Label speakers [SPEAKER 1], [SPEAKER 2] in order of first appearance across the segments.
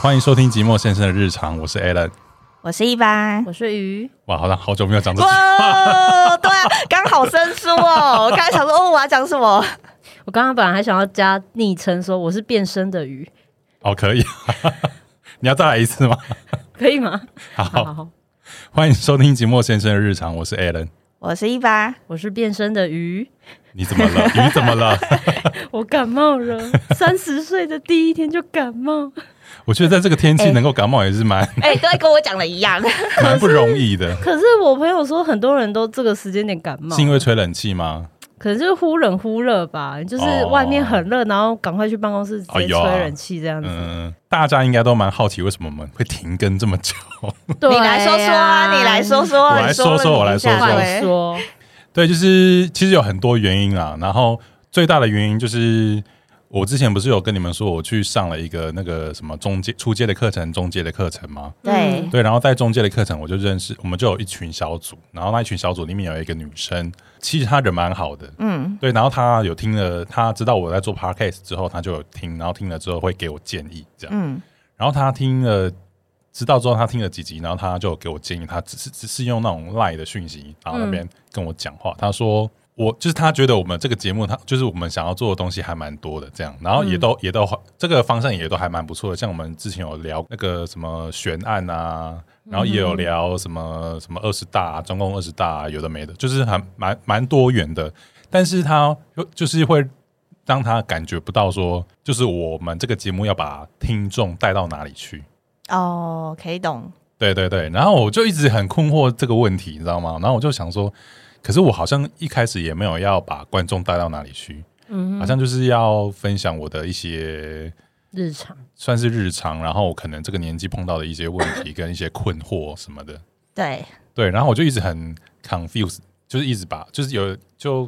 [SPEAKER 1] 欢迎收听寂寞先生的日常，我是 Alan。
[SPEAKER 2] 我是一般。
[SPEAKER 3] 我是 鱼，
[SPEAKER 1] 哇，好像好久没有讲这句话。
[SPEAKER 2] 哇，对啊，刚好生疏哦。我刚才想说，哦，我要讲什么？
[SPEAKER 3] 我刚刚本来还想要加昵称，说我是变身的鱼，
[SPEAKER 1] 哦，可以， 你要再来一次吗？
[SPEAKER 3] 可以吗？
[SPEAKER 1] 好，
[SPEAKER 3] 好，
[SPEAKER 1] 欢迎收听寂寞先生的日常，我是 Alan。
[SPEAKER 2] 我是一般。
[SPEAKER 3] 我是变身的鱼，
[SPEAKER 1] 你怎么了？ 鱼怎么了？
[SPEAKER 3] 我感冒 了，三十岁的第一天就感冒，
[SPEAKER 1] 我觉得在这个天气能够感冒也是蛮
[SPEAKER 2] 哎、对，跟我讲的一 样。
[SPEAKER 1] 蛮不容易的，
[SPEAKER 3] 可是我朋友说很多人都这个时间点感冒
[SPEAKER 1] 是，因为吹冷气吗？
[SPEAKER 3] 可是忽冷忽热吧，就是
[SPEAKER 1] 哦
[SPEAKER 3] 外面很热，然后赶快去办公室直
[SPEAKER 1] 哎
[SPEAKER 3] 接
[SPEAKER 1] 呦
[SPEAKER 3] 吹
[SPEAKER 1] 啊
[SPEAKER 3] 冷气这样子，
[SPEAKER 1] 嗯，大家应该都蛮好奇为什么我们会停更这么久。
[SPEAKER 3] 对
[SPEAKER 2] 你
[SPEAKER 3] 呀
[SPEAKER 2] 来说说啊，你来说说啊，
[SPEAKER 1] 我来
[SPEAKER 2] 你
[SPEAKER 1] 说说我
[SPEAKER 2] 了你
[SPEAKER 1] 来
[SPEAKER 2] 一下
[SPEAKER 1] 说说
[SPEAKER 3] 快欸
[SPEAKER 2] 对
[SPEAKER 3] 说，
[SPEAKER 1] 对，就是其实有很多原因啦，然后最大的原因就是我之前不是有跟你们说我去上了一个那个什么中介初阶的课程、中阶的课程吗？
[SPEAKER 2] 对
[SPEAKER 1] 对，然后在中介的课程我就认识，我们就有一群小组，然后那一群小组里面有一个女生，其实她人蛮好的，
[SPEAKER 2] 嗯，
[SPEAKER 1] 对，然后她有听了，她知道我在做 podcast 之后，她就有听，然后听了之后会给我建议这样，
[SPEAKER 2] 嗯，
[SPEAKER 1] 然后她听了。知道之后，她听了几集，然后她就有给我建议，她只是只是用那种赖的讯息，然后那边跟我讲话。她说我就是她觉得我们这个节目，她就是我们想要做的东西还蛮多的，这样，然后也都、也都这个方向也都还蛮不错的。像我们之前有聊那个什么悬案啊，然后也有聊什么什么二十大、啊中共二十大、有的没的，就是还蛮蛮多元的。但是她就就是会让她感觉不到说，就是我们这个节目要把听众带到哪里去。
[SPEAKER 2] 哦，可以懂。
[SPEAKER 1] 对对对，然后我就一直很困惑这个问题，你知道吗？然后我就想说，可是我好像一开始也没有要把观众带到哪里去，
[SPEAKER 3] 嗯
[SPEAKER 1] 好像就是要分享我的一些
[SPEAKER 3] 日常，
[SPEAKER 1] 算是日常，然后我可能这个年纪碰到的一些问题跟一些困惑什么的。
[SPEAKER 2] 对，
[SPEAKER 1] 对，然后我就一直很 confuse，就是一直把就是有就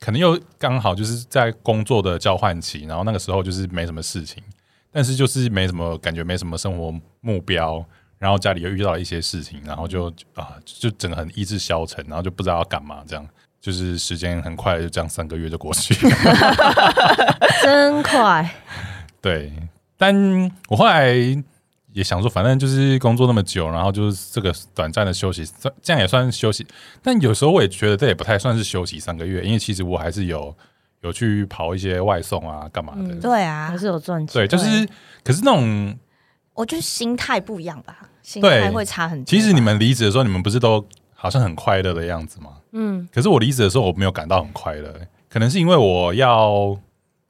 [SPEAKER 1] 可能又刚好就是在工作的交换期，然后那个时候就是没什么事情，但是就是没什么感觉，没什么生活目标，然后家里又遇到了一些事情，然后就啊就整个很意志消沉，然后就不知道要干嘛这样。就是时间很快，就这样三个月就过去。
[SPEAKER 3] 真快，
[SPEAKER 1] 对，但我后来也想说，反正就是工作那么久，然后就是这个短暂的休息，这这样也算休息。但有时候我也觉得这也不太算是休息三个月，因为其实我还是有有去跑一些外送啊，干嘛的。
[SPEAKER 3] 嗯
[SPEAKER 2] 对啊
[SPEAKER 3] 还，是有赚钱，
[SPEAKER 1] 对，就是，可是那种，
[SPEAKER 2] 我觉得心态不一样吧，心
[SPEAKER 1] 对
[SPEAKER 2] 态会差很多吧。
[SPEAKER 1] 其实你们离职的时候，你们不是都好像很快乐的样子吗？
[SPEAKER 3] 嗯，
[SPEAKER 1] 可是我离职的时候，我没有感到很快乐、欸可能是因为我要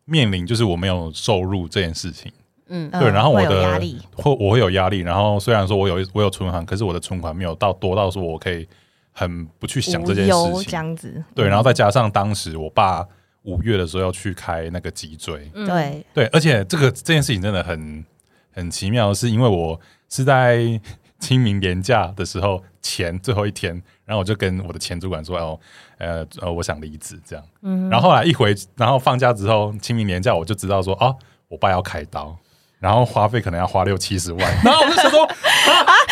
[SPEAKER 1] 面临就是我没有收入这件事情。
[SPEAKER 3] 嗯
[SPEAKER 2] 嗯
[SPEAKER 1] 对，然后我
[SPEAKER 2] 会有
[SPEAKER 1] 的
[SPEAKER 2] 压力，
[SPEAKER 1] 会我会有压力。然后虽然说我有我有存款，可是我的存款没有到多到说我可以很不去想这件
[SPEAKER 2] 无
[SPEAKER 1] 事
[SPEAKER 2] 忧这
[SPEAKER 1] 情。
[SPEAKER 2] 样嗯子。
[SPEAKER 1] 对，然后再加上当时我爸五月的时候要去开那个脊椎，
[SPEAKER 3] 嗯，
[SPEAKER 2] 对，
[SPEAKER 1] 对，而且这个这件事情真的很很奇妙，是因为我是在清明年假的时候前最后一天，然后我就跟我的前主管说，哦，呃呃，我想离职这样。
[SPEAKER 3] 嗯
[SPEAKER 1] 然后后来一回，然后放假之后，清明年假我就知道说，哦，我爸要开刀。然后花费可能要花六七十万， 然后我就想说啊，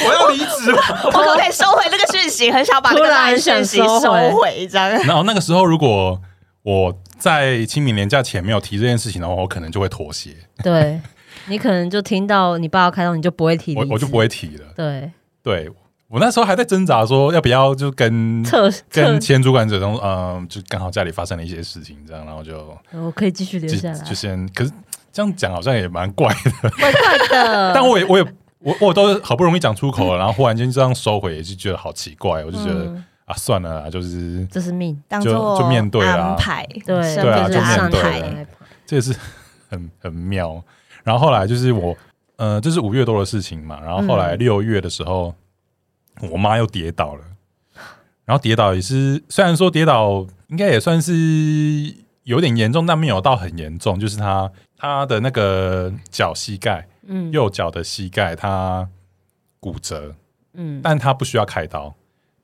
[SPEAKER 1] 我要离职了。
[SPEAKER 2] 我可不可以收回这个讯息？很想把这个
[SPEAKER 3] 突然
[SPEAKER 2] 烂讯息
[SPEAKER 3] 想收
[SPEAKER 2] 收
[SPEAKER 3] 回
[SPEAKER 2] 回，这样。
[SPEAKER 1] 然后那个时候，如果我在清明年假前没有提这件事情的话，我可能就会妥协，
[SPEAKER 3] 对，你可能就听到你爸要开刀，你就不会提
[SPEAKER 1] 我
[SPEAKER 3] 离职，
[SPEAKER 1] 我就不会提了。
[SPEAKER 3] 对
[SPEAKER 1] 对我那时候还在挣扎，说要不要就跟
[SPEAKER 3] 测
[SPEAKER 1] 跟
[SPEAKER 3] 测，
[SPEAKER 1] 前主管者中，嗯、就刚好家里发生了一些事情，这样，然后就
[SPEAKER 3] 我可以继续留
[SPEAKER 1] 就
[SPEAKER 3] 下来
[SPEAKER 1] 就，先，可是这样讲好像也蛮怪的，
[SPEAKER 3] 怪怪的，
[SPEAKER 1] 但我也我也我我都好不容易讲出口了，然后忽然间这样收回，也是觉得好奇怪，我就觉得、
[SPEAKER 3] 嗯
[SPEAKER 1] 啊，算了啦，就是
[SPEAKER 3] 这是命，
[SPEAKER 2] 当
[SPEAKER 1] 就
[SPEAKER 2] 做
[SPEAKER 1] 就面对啦
[SPEAKER 2] 安排，
[SPEAKER 3] 对，
[SPEAKER 2] 生
[SPEAKER 1] 对啊
[SPEAKER 2] 命
[SPEAKER 3] 就
[SPEAKER 2] 的
[SPEAKER 1] 就面
[SPEAKER 2] 安
[SPEAKER 3] 上
[SPEAKER 1] 对
[SPEAKER 2] 排。
[SPEAKER 1] 了
[SPEAKER 3] 台，
[SPEAKER 1] 这也是 很很妙。然后后来就是我，呃，这是五月多的事情嘛。然后后
[SPEAKER 3] 嗯
[SPEAKER 1] 来六月的时候，我妈又跌倒了。然后跌倒也是，虽然说跌倒应该也算是有点严重，但没有到很严重。就是她她的那个脚膝盖，
[SPEAKER 3] 嗯
[SPEAKER 1] 右脚的膝盖她骨折，
[SPEAKER 3] 嗯，
[SPEAKER 1] 但她不需要开刀，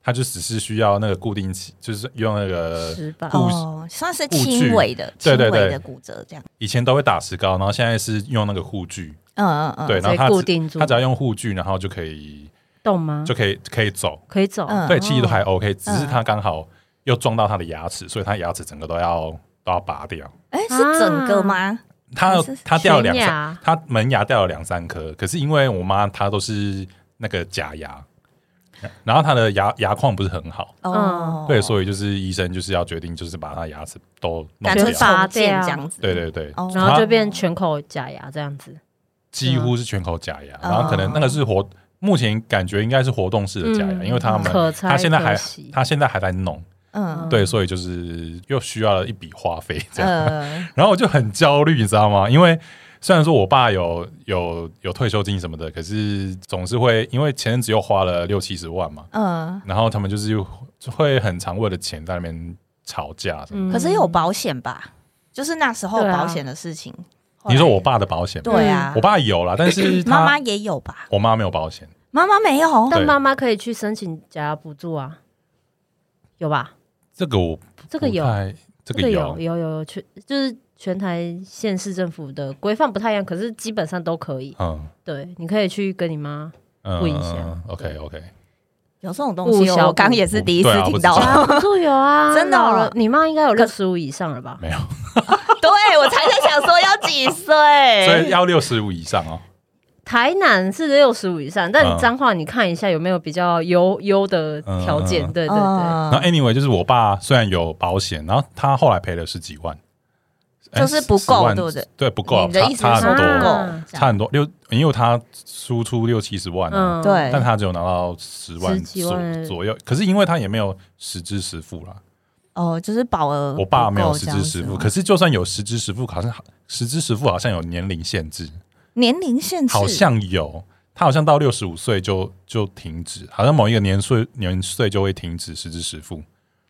[SPEAKER 1] 她就只是需要那个固定器，就是用那个
[SPEAKER 3] 十吧，
[SPEAKER 1] 故
[SPEAKER 2] 哦，算是
[SPEAKER 1] 故
[SPEAKER 2] 轻
[SPEAKER 1] 具
[SPEAKER 2] 微的、
[SPEAKER 1] 对
[SPEAKER 2] 轻
[SPEAKER 1] 对
[SPEAKER 2] 微
[SPEAKER 1] 对
[SPEAKER 2] 的骨折这样。
[SPEAKER 1] 以前都会打石膏，然后现在是用那个护具。
[SPEAKER 2] 嗯嗯嗯，
[SPEAKER 1] 对，然后
[SPEAKER 3] 啊所
[SPEAKER 1] 他
[SPEAKER 3] 以固
[SPEAKER 1] 只
[SPEAKER 3] 定住
[SPEAKER 1] 他只要用护具，然后就可以
[SPEAKER 3] 动吗？
[SPEAKER 1] 就可以可以走。
[SPEAKER 3] 可以走，
[SPEAKER 2] 嗯
[SPEAKER 1] 对，其实都还 OK，只是
[SPEAKER 2] 嗯
[SPEAKER 1] 他刚好又撞到他的牙齿，所以他牙齿整个都要都要拔掉。
[SPEAKER 2] 哎，是整个吗？
[SPEAKER 1] 他
[SPEAKER 2] 还是
[SPEAKER 1] 他掉了两
[SPEAKER 2] 悬
[SPEAKER 1] 三，
[SPEAKER 2] 崖
[SPEAKER 1] 他门牙掉了两三颗，可是因为我妈她都是那个假牙，然后她的牙牙况不是很
[SPEAKER 3] 啊
[SPEAKER 1] 好，
[SPEAKER 3] 嗯
[SPEAKER 2] 哦，
[SPEAKER 1] 对，所以就是医生就是要决定就是把她牙齿都弄
[SPEAKER 2] 干
[SPEAKER 1] 掉
[SPEAKER 2] 脆，重建这样子，
[SPEAKER 1] 对对对，
[SPEAKER 2] 哦，
[SPEAKER 3] 然后就变全口假牙这样子，
[SPEAKER 1] 几乎是全口假
[SPEAKER 2] 哦
[SPEAKER 1] 牙，然后可能那个是活，目前感觉应该是活动式的假牙，
[SPEAKER 3] 嗯
[SPEAKER 1] 因为他们
[SPEAKER 3] 可拆
[SPEAKER 1] 他现在还
[SPEAKER 3] 可惜
[SPEAKER 1] 他现在还在弄，
[SPEAKER 2] 嗯
[SPEAKER 1] 对，所以就是又需要了一笔花费这
[SPEAKER 3] 嗯
[SPEAKER 1] 样。
[SPEAKER 2] 呃，
[SPEAKER 1] 然后我就很焦虑，你知道吗？因为虽然说我爸有有有退休金什么的，可是总是会因为前阵子又花了六七十万嘛，
[SPEAKER 2] 嗯，
[SPEAKER 1] 然后他们就是会很常为了钱在那边吵架什么的。
[SPEAKER 3] 嗯
[SPEAKER 2] 可是有保险吧？就是那时候
[SPEAKER 3] 对啊嗯
[SPEAKER 2] 保险的事情。
[SPEAKER 1] 你说我爸的保险吗？
[SPEAKER 2] 对啊，
[SPEAKER 1] 我爸有啦，但 是他
[SPEAKER 2] 妈妈也有吧？
[SPEAKER 1] 我妈没有保险，
[SPEAKER 2] 妈妈没有，
[SPEAKER 1] 对
[SPEAKER 3] 但妈妈可以去申请假牙补助啊，有吧？
[SPEAKER 1] 这个我
[SPEAKER 3] 这个
[SPEAKER 1] 不
[SPEAKER 3] 有，
[SPEAKER 1] 太这
[SPEAKER 3] 这
[SPEAKER 1] 个
[SPEAKER 3] 个
[SPEAKER 1] 有
[SPEAKER 3] 有，有有有，全就是全台县市政府的规范不太一样，可是基本上都可以。
[SPEAKER 1] 嗯
[SPEAKER 3] 对，你可以去跟你妈
[SPEAKER 1] 嗯
[SPEAKER 3] 问一下
[SPEAKER 1] 嗯，OK
[SPEAKER 3] 对
[SPEAKER 1] OK，
[SPEAKER 2] 有这种东西哦，
[SPEAKER 3] 不小
[SPEAKER 2] 我刚也是第一次
[SPEAKER 1] 对啊
[SPEAKER 2] 听到
[SPEAKER 1] 我。知道
[SPEAKER 3] 假牙补助有 啊，
[SPEAKER 2] 真的哦
[SPEAKER 3] 老了你妈应该有
[SPEAKER 2] 可
[SPEAKER 3] 六十五以上了吧？
[SPEAKER 1] 没有，
[SPEAKER 2] 对我才在想说要几
[SPEAKER 1] 所以
[SPEAKER 2] 岁，
[SPEAKER 1] 要六十五以上哦。
[SPEAKER 3] 台南是六十五以上，但
[SPEAKER 1] 嗯
[SPEAKER 3] 你彰化你看一下有没有比较优优的条件？
[SPEAKER 1] 嗯
[SPEAKER 3] 对对对，
[SPEAKER 1] 然后
[SPEAKER 2] 嗯，
[SPEAKER 1] anyway，就是我爸虽然有保险，然后他后来赔了十几万，哎
[SPEAKER 2] 就是不
[SPEAKER 1] 10万
[SPEAKER 2] 够对不对？
[SPEAKER 1] 对，不够，
[SPEAKER 2] 你的
[SPEAKER 1] 差
[SPEAKER 2] 意思
[SPEAKER 1] 啊差
[SPEAKER 2] 是
[SPEAKER 1] 很
[SPEAKER 2] 不
[SPEAKER 1] 多，
[SPEAKER 2] 够
[SPEAKER 3] 啊，
[SPEAKER 2] 这
[SPEAKER 1] 差
[SPEAKER 2] 样
[SPEAKER 1] 很多六，因为他输出六七十万啊，
[SPEAKER 3] 嗯，
[SPEAKER 2] 对
[SPEAKER 1] 但他只有拿到十万
[SPEAKER 3] 十几万
[SPEAKER 1] 左左右，可是因为他也没有实支实付啦，
[SPEAKER 2] 哦，就是保额不够这样子吗。哦
[SPEAKER 1] 我爸没有实支实
[SPEAKER 2] 啊
[SPEAKER 1] 付，可是就算有实支实付，好像实支实付好像有年龄限制，
[SPEAKER 2] 年龄限制
[SPEAKER 1] 好像有。他好像到六十五岁就就停止，好像某一个年岁年岁就会停止实支实付。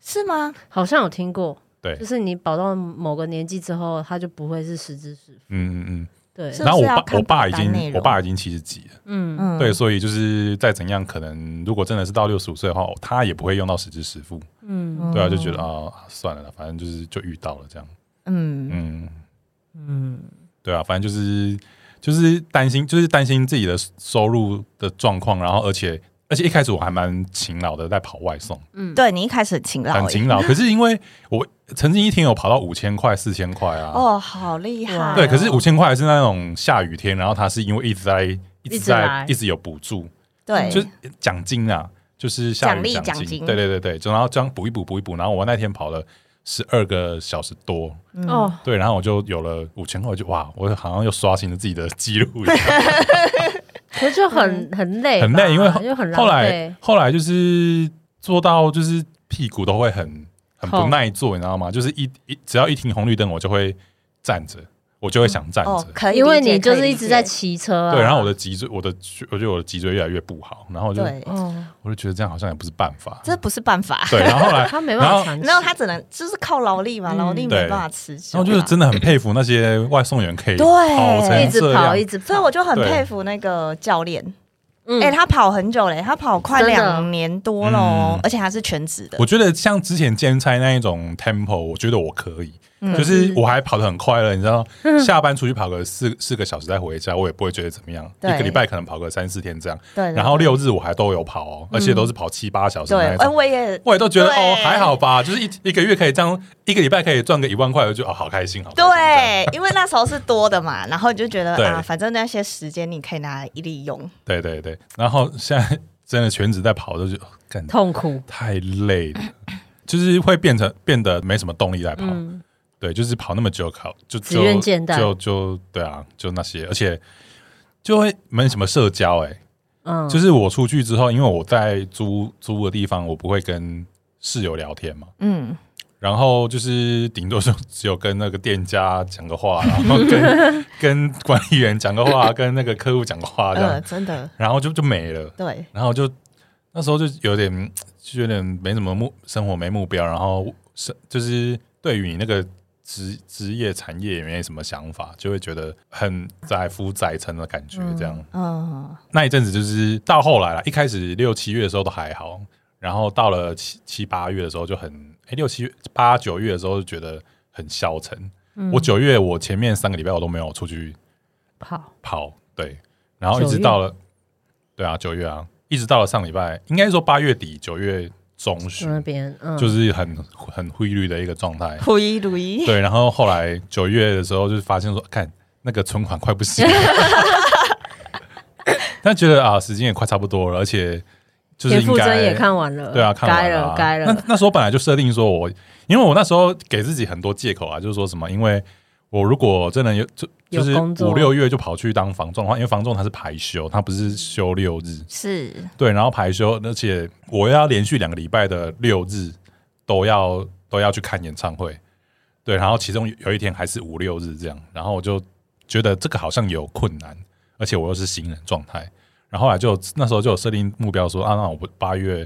[SPEAKER 2] 是吗？
[SPEAKER 3] 好像有听过，
[SPEAKER 1] 对
[SPEAKER 3] 就是你保到某个年纪之后，它就不会是实支实付，
[SPEAKER 1] 嗯嗯嗯。
[SPEAKER 3] 对，
[SPEAKER 2] 是
[SPEAKER 1] 然后我
[SPEAKER 2] 不要
[SPEAKER 1] 爸
[SPEAKER 2] 看
[SPEAKER 1] 我爸已
[SPEAKER 2] 保单内
[SPEAKER 1] 经
[SPEAKER 2] 容
[SPEAKER 1] 我爸已经七十几了。
[SPEAKER 3] 嗯，
[SPEAKER 2] 嗯，
[SPEAKER 1] 对，，所以就是再怎样，可能如果真的是到六十五岁的话，他也不会用到实支实付。
[SPEAKER 3] 嗯
[SPEAKER 1] 对啊，就觉得啊，算了啦，反正就是就遇到了这样。
[SPEAKER 2] 嗯，
[SPEAKER 1] 嗯，
[SPEAKER 3] 嗯，
[SPEAKER 1] 对啊，反正就是就是担心，就是担心自己的收入的状况，然后而且而且一开始我还蛮勤劳的，在跑外送，
[SPEAKER 2] 对你一开始很勤劳，欸
[SPEAKER 1] 很勤劳。可是因为我曾经一天有跑到五千块、四千块啊。
[SPEAKER 2] 哦，好厉害哦。
[SPEAKER 3] 哇
[SPEAKER 1] 对，可是五千块是那种下雨天，然后他是因为一直在一直
[SPEAKER 3] 直
[SPEAKER 1] 在
[SPEAKER 3] 来
[SPEAKER 1] 一直有补助，
[SPEAKER 2] 对，
[SPEAKER 1] 就是奖金啊，就是下雨
[SPEAKER 2] 奖励
[SPEAKER 1] 奖
[SPEAKER 2] 奖金
[SPEAKER 1] 对对对对，就然后这样补一补补一补，然后我那天跑了十二个小时多，
[SPEAKER 2] 嗯，
[SPEAKER 3] 哦，
[SPEAKER 1] 对，然后我就有了五千块，我就哇，我好像又刷新了自己的记录一样，
[SPEAKER 3] 可是就很很累吧，
[SPEAKER 1] 很累，因为
[SPEAKER 3] 就很
[SPEAKER 1] 后
[SPEAKER 3] 浪
[SPEAKER 1] 来
[SPEAKER 3] 费，
[SPEAKER 1] 后来就是做到就是屁股都会很很不
[SPEAKER 3] 痛
[SPEAKER 1] 耐坐，你知道吗？就是一一只要一停红绿灯，我就会站着，我就会想站着。
[SPEAKER 2] 哦，可以理解，
[SPEAKER 3] 因为你就
[SPEAKER 2] 可
[SPEAKER 3] 是
[SPEAKER 2] 以
[SPEAKER 3] 一
[SPEAKER 2] 理
[SPEAKER 3] 直
[SPEAKER 1] 嗯
[SPEAKER 2] 解
[SPEAKER 3] 在骑车啊，
[SPEAKER 1] 对，然后我的脊椎，我的我觉得我的脊椎越来越不好，然后我就
[SPEAKER 2] 对，
[SPEAKER 3] 哦，
[SPEAKER 1] 我就觉得这样好像也不是办法。
[SPEAKER 2] 这不是办法。
[SPEAKER 1] 对，然后后来
[SPEAKER 3] 他没办
[SPEAKER 1] 然后
[SPEAKER 3] 法长期，
[SPEAKER 2] 没有，他只能就是靠劳力嘛，
[SPEAKER 3] 嗯
[SPEAKER 2] 劳力
[SPEAKER 1] 嗯
[SPEAKER 2] 没
[SPEAKER 1] 对
[SPEAKER 2] 办法持久
[SPEAKER 1] 然
[SPEAKER 2] 嘛。
[SPEAKER 1] 后就是真的很佩服那些外送员可以
[SPEAKER 2] 对
[SPEAKER 1] 跑成这样
[SPEAKER 3] 一直跑一直
[SPEAKER 2] 所以
[SPEAKER 3] 跑，
[SPEAKER 2] 我就很
[SPEAKER 1] 对
[SPEAKER 2] 佩服那个教练，
[SPEAKER 3] 嗯
[SPEAKER 2] 哎、他跑很久嘞，他跑快
[SPEAKER 3] 真的
[SPEAKER 2] 两年多喽
[SPEAKER 1] 嗯，
[SPEAKER 2] 而且还是全职的
[SPEAKER 1] 我。觉得像之前兼差那一种 tempo，我觉得我可以，
[SPEAKER 2] 嗯
[SPEAKER 1] 就是我还跑得很快乐，你知道，下班出去跑个四四个小时再回家，我也不会觉得怎么样。一
[SPEAKER 2] 对
[SPEAKER 1] 个礼拜可能跑个三四天这样，
[SPEAKER 2] 对，
[SPEAKER 1] 然后六日我还都有跑哦，而且都是跑七八小时
[SPEAKER 2] 对，
[SPEAKER 1] 那一
[SPEAKER 2] 哎、
[SPEAKER 1] 种。
[SPEAKER 2] 我也
[SPEAKER 1] 我也都觉得
[SPEAKER 2] 对
[SPEAKER 1] 哦还好吧，就是一一个月可以这样，一个礼拜可以赚个一万块，我就哦好开心，好开心这样
[SPEAKER 2] 对，因为那时候是多的嘛，然后你就觉得
[SPEAKER 1] 对
[SPEAKER 2] 啊，反正那些时间你可以拿来利用。
[SPEAKER 1] 对对对。然后现在真的全职在跑，就觉得哦干
[SPEAKER 3] 痛苦，
[SPEAKER 1] 太累了，就是会变成变得没什么动力来跑。
[SPEAKER 3] 嗯，
[SPEAKER 1] 对，就是跑那么久，考就
[SPEAKER 3] 只
[SPEAKER 1] 就
[SPEAKER 3] 愿见淡
[SPEAKER 1] 就就对啊，就那些，而且就会没什么社交、欸。
[SPEAKER 3] 嗯，
[SPEAKER 1] 就是我出去之后，因为我在租租的地方，我不会跟室友聊天嘛，
[SPEAKER 2] 嗯，
[SPEAKER 1] 然后就是顶多就只有跟那个店家讲个话，然后跟 跟管理员讲个话，跟那个客户讲个话这样，
[SPEAKER 3] 嗯
[SPEAKER 2] 呃，真的，
[SPEAKER 1] 然后就就没了。
[SPEAKER 2] 对，
[SPEAKER 1] 然后就那时候就有点就有点没什么目生活没目标，然后是就是对于你那个职职业产业也没什么想法，就会觉得很载浮载沉的感觉。这样、
[SPEAKER 2] 嗯，
[SPEAKER 1] 那一阵子就是到后来啦，一开始六七月的时候都还好，然后到了七七八月的时候就很哎、六七月八九月的时候就觉得很消沉。我九月我前面三个礼拜我都没有出去
[SPEAKER 3] 跑，
[SPEAKER 1] 跑，对，然后一
[SPEAKER 3] 九
[SPEAKER 1] 直
[SPEAKER 3] 月
[SPEAKER 1] 到了，对啊，九月啊，一直到了上礼拜，应该说八月底九月中旬，
[SPEAKER 3] 那边，嗯，
[SPEAKER 1] 就是很很汇率的一个状态。
[SPEAKER 2] 如一如一，
[SPEAKER 1] 对，然后后来九月的时候，就是发现说，看那个存款快不行了， 但觉得啊，时间也快差不多了，而且就是
[SPEAKER 3] 田
[SPEAKER 1] 应
[SPEAKER 3] 馥甄也
[SPEAKER 1] 该
[SPEAKER 3] 看完了，
[SPEAKER 1] 对啊，看
[SPEAKER 3] 该
[SPEAKER 1] 完啊
[SPEAKER 3] 了，该了
[SPEAKER 1] 那， 那时候本来就设定说我，因为我那时候给自己很多借口啊，就是说什么，因为我如果真的有就就
[SPEAKER 3] 有
[SPEAKER 1] 是
[SPEAKER 3] 工作
[SPEAKER 1] 五六月就跑去当房仲的话，因为房仲它是排休，它不是休六日，
[SPEAKER 2] 是
[SPEAKER 1] 对，然后排休，而且我要连续两个礼拜的六日都要都要去看演唱会，对，然后其中有有一天还是五六日这样，然后我就觉得这个好像有困难，而且我又是新人状态，然后后来就那时候就有设定目标说啊，那我八月